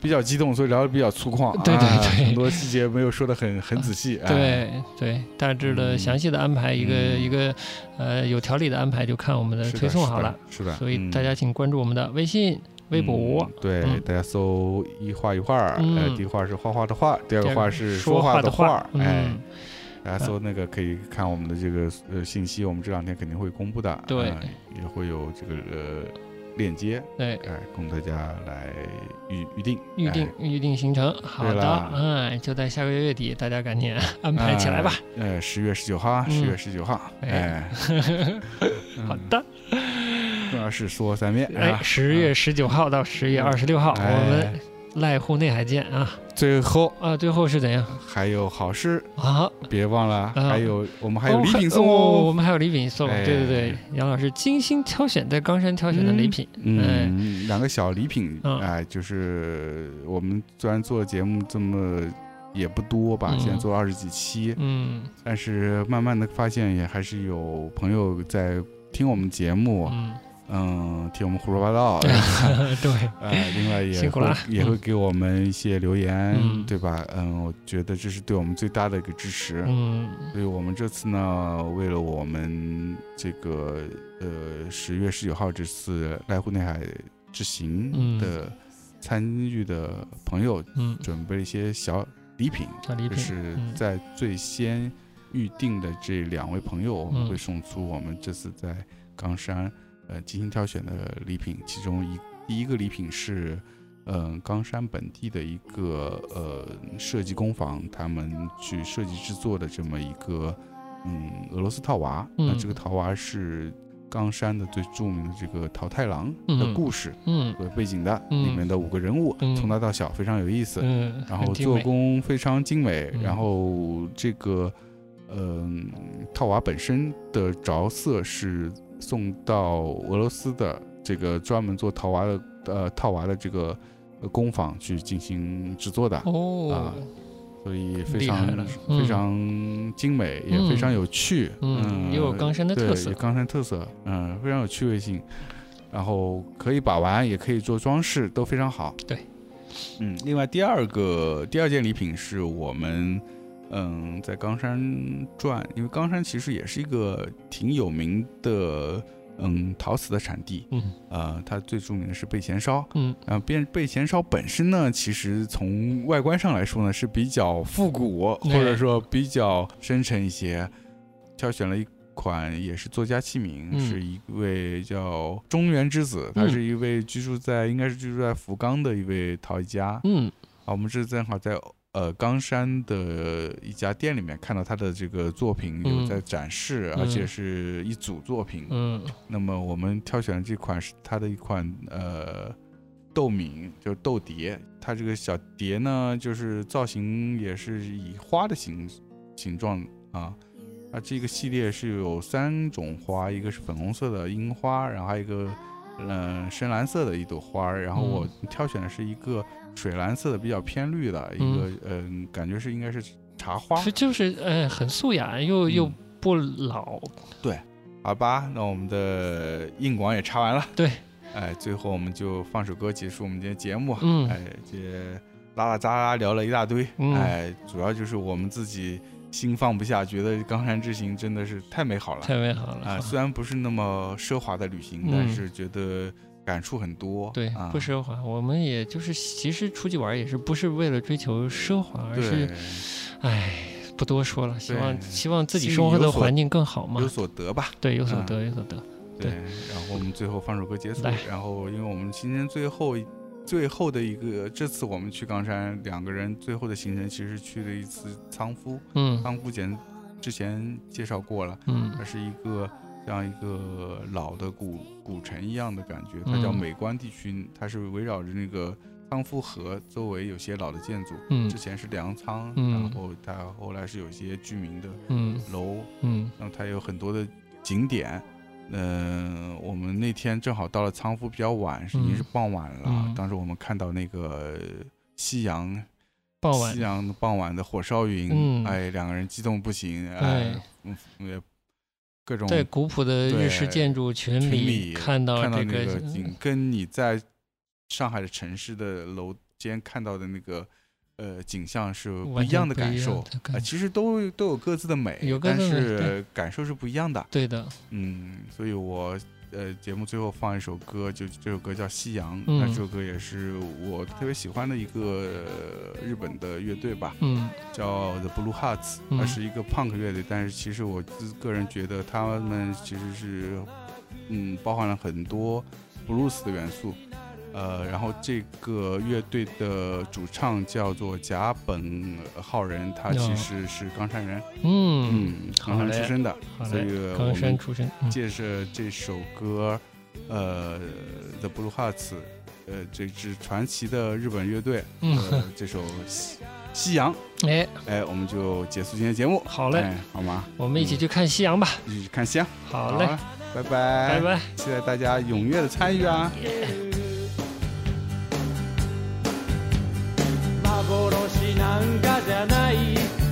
B: 比较激动，所以聊的比较粗犷，
C: 对对
B: 啊
C: 对
B: 很多细节没有说的很很仔细。啊，
C: 对对，大致的
B: 嗯
C: 详细的安排一个、
B: 嗯
C: 一个呃有条理的安排，就看我们的
B: 是的
C: 推送好
B: 是的
C: 了。
B: 是的，
C: 所以
B: 嗯
C: 大家请关注我们的微信、微博
B: 嗯。对，
C: 嗯
B: 大家搜一画一画儿，呃，
C: 嗯
B: 第一画是画画的画，第二个
C: 第二
B: 画
C: 个
B: 是
C: 说
B: 话
C: 的
B: 话儿，哎
C: 嗯，，
B: 大家搜那个可以看我们的这个呃信息，我们这两天肯定会公布的，
C: 对
B: 呃也会有这个呃链接，
C: 对，
B: 哎，供大家来预预定，
C: 预定
B: 哎
C: 预定行程，好
B: 对
C: 的
B: 啦，
C: 嗯，就在下个月月底，大家赶紧安排起来吧。。
B: 呃，呃十月十九号啊，十
C: 嗯
B: 月十九号，
C: 哎
B: 哎，
C: 好的，
B: 嗯，重要是说三遍，
C: 哎
B: 啊，
C: 十月十九号到十月
B: 嗯
C: 二十六号，我
B: 哎
C: 们濑户内海见啊
B: 最后
C: 啊！最后是怎样
B: 还有好事，
C: 啊？
B: 别忘了，
C: 嗯
B: 还有我们还有
C: 哦
B: 礼品送
C: 哦，我
B: 哦，
C: 们还有礼品送，
B: 哎
C: 对对对，杨老师精心挑选在冈山挑选的礼品，
B: 嗯，两个小礼品，
C: 哎嗯
B: 哎，就是我们虽然做节目这么也不多吧，
C: 嗯
B: 现在做了二十几期，
C: 嗯
B: 但是慢慢的发现也还是有朋友在听我们节目，
C: 嗯，
B: 嗯，听我们胡说八 道，
C: 呃对，
B: 哎，另外也
C: 辛苦
B: 会
C: 啦
B: 也会给我们一些留言
C: 嗯，
B: 对吧？嗯，我觉得这是对我们最大的一个支持，
C: 嗯
B: 所以我们这次呢，为了我们这个呃十月十九号这次濑户内海之行
C: 嗯
B: 的参与的朋友，
C: 嗯，
B: 准备了一些小礼品，
C: 小礼
B: 就
C: 品
B: 是
C: 嗯
B: 在最先预定的这两位朋友，我们
C: 嗯
B: 会送出我们这次在冈山呃精心挑选的礼品，其中一第一个礼品是。嗯，冈山本地的一个呃设计工坊，他们去设计制作的这么一个嗯俄罗斯套娃。那
C: 嗯
B: 这个套娃是冈山的最著名的这个桃太郎的
C: 嗯
B: 故事
C: 嗯
B: 为背景的，里
C: 嗯
B: 面的五个人物，
C: 嗯
B: 从大到小非常有意思。
C: 嗯，
B: 然
C: 很
B: 后
C: 精
B: 做
C: 美，
B: 工非常精美，
C: 嗯
B: 然后这个嗯、套娃本身的着色是送到俄罗斯的这个专门做套娃的呃套娃的这个呃工坊去进行制作的，啊
C: 哦，
B: 所以非
C: 厉害
B: 常
C: 了嗯
B: 非常精美，也非常有趣，呃
C: 嗯，也有冈山的
B: 对
C: 特色
B: 有，冈山特色，嗯，非常有趣味性，然后可以把玩，也可以做装饰，都非常好。
C: 对，
B: 嗯，另外第二个第二件礼品是我们嗯在冈山转，因为冈山其实也是一个挺有名的嗯陶瓷的产地，
C: 嗯
B: 呃，它最著名的是备前烧，
C: 嗯
B: 啊，变备前烧本身呢，其实从外观上来说呢，是比较复古，或者说比较深沉一些。挑选了一款也是作家器皿，
C: 嗯
B: 是一位叫中原之子，他
C: 嗯
B: 是一位居住在应该是居住在福冈的一位陶艺家。
C: 嗯
B: 啊，我们这次正好在呃冈山的一家店里面看到他的这个作品有
C: 嗯
B: 在展示，而且是一组作品。
C: 嗯
B: 那么我们挑选的这款是它的一款呃豆皿，就是豆碟。它这个小碟呢，就是造型也是以花的形形状啊。啊，这个系列是有三种花，一个是粉红色的樱花，然后还有一个嗯、呃深蓝色的一朵花儿。然后我挑选的是一个水蓝色的，比较偏绿的一个，嗯、感觉是应该是茶花。
C: 是就是哎，很素雅，又又
B: 嗯
C: 不老，
B: 好吧，那我们的硬广也插完了。
C: 对，
B: 哎，最后我们就放首歌结束我们今天节目。
C: 嗯
B: 哎，这拉拉杂杂聊了一大堆，
C: 嗯
B: 哎，主要就是我们自己心放不下，觉得冈山之行真的是太美好了。
C: 太美好了
B: 啊、虽然不是那么奢华的旅行，
C: 嗯
B: 但是觉得感触很多。
C: 对，
B: 啊、
C: 不奢华，我们也就是其实出去玩也是不是为了追求奢华，而
B: 对
C: 是，哎，不多说了，希望
B: 对
C: 希望自己
B: 心里
C: 生活
B: 有
C: 的
B: 所
C: 环境更好嘛
B: 有，所得吧。
C: 对，有所
B: 嗯
C: 得，有所得，
B: 对
C: 对，
B: 然后我们最后放首歌结束
C: 来，
B: 然后因为我们今天最后一最后的一个，这次我们去冈山，两个人最后的行程其实是去了一次仓敷，
C: 嗯
B: 仓敷前之前介绍过了，
C: 嗯
B: 它是一个像一个老的古古城一样的感觉，它叫
C: 嗯
B: 美观地区，它是围绕着那个仓敷河周围有些老的建筑，
C: 嗯
B: 之前是粮仓，
C: 嗯
B: 然后它后来是有一些居民的
C: 嗯
B: 楼，
C: 嗯
B: 然后它有很多的景点。嗯、我们那天正好到了仓敷比较晚，是已经是
C: 嗯
B: 傍晚了。
C: 嗯
B: 当时我们看到那个夕阳，
C: 傍晚
B: 夕，阳的傍晚的火烧云，
C: 嗯
B: 哎，两个人激动不行，哎
C: 对，
B: 嗯，也各种
C: 在古朴的日式
B: 嗯对
C: 建筑群
B: 群
C: 里
B: 里
C: 看到
B: 看到
C: 这
B: 那
C: 个
B: 个景，跟你在上海的城市的楼间看到的那个呃景象是不
C: 嗯完
B: 一
C: 全
B: 样的
C: 不
B: 感
C: 一样
B: 受
C: 的。
B: 啊、
C: 感
B: 其实都都有各自的美，
C: 有各
B: 但
C: 自的美
B: 是感受是不一样的。
C: 对的，
B: 嗯，所以我呃节目最后放一首歌，就这首歌叫《夕阳》，那、
C: 嗯
B: 这首歌也是我特别喜欢的一个、呃日本的乐队吧，
C: 嗯
B: 叫 The Blue Hearts，
C: 嗯
B: 它是一个 punk 乐队，但是其实我自个人觉得他们其实是嗯包含了很多 blues 的元素。呃，然后这个乐队的主唱叫做甲本浩人，他其
C: 哦
B: 实是冈山人，
C: 嗯，
B: 嗯，冈
C: 好
B: 山
C: 嘞
B: 出生的，
C: 好
B: 所
C: 嘞
B: 以，我
C: 冈
B: 们
C: 山出身，嗯
B: 借着这首歌，呃，The Blue Hearts，呃，这支传奇的日本乐队，呃
C: 嗯，，
B: 这首《夕夕阳》，
C: 哎，
B: 哎，我们就结束今天节目。
C: 好嘞
B: 哎，嗯好吗？
C: 我们一起去看夕阳吧，
B: 一起去看夕阳。
C: 好嘞，
B: 啊，拜拜，
C: 拜拜。
B: 期待大家踊跃的参与啊！
D: 幻なんかじゃない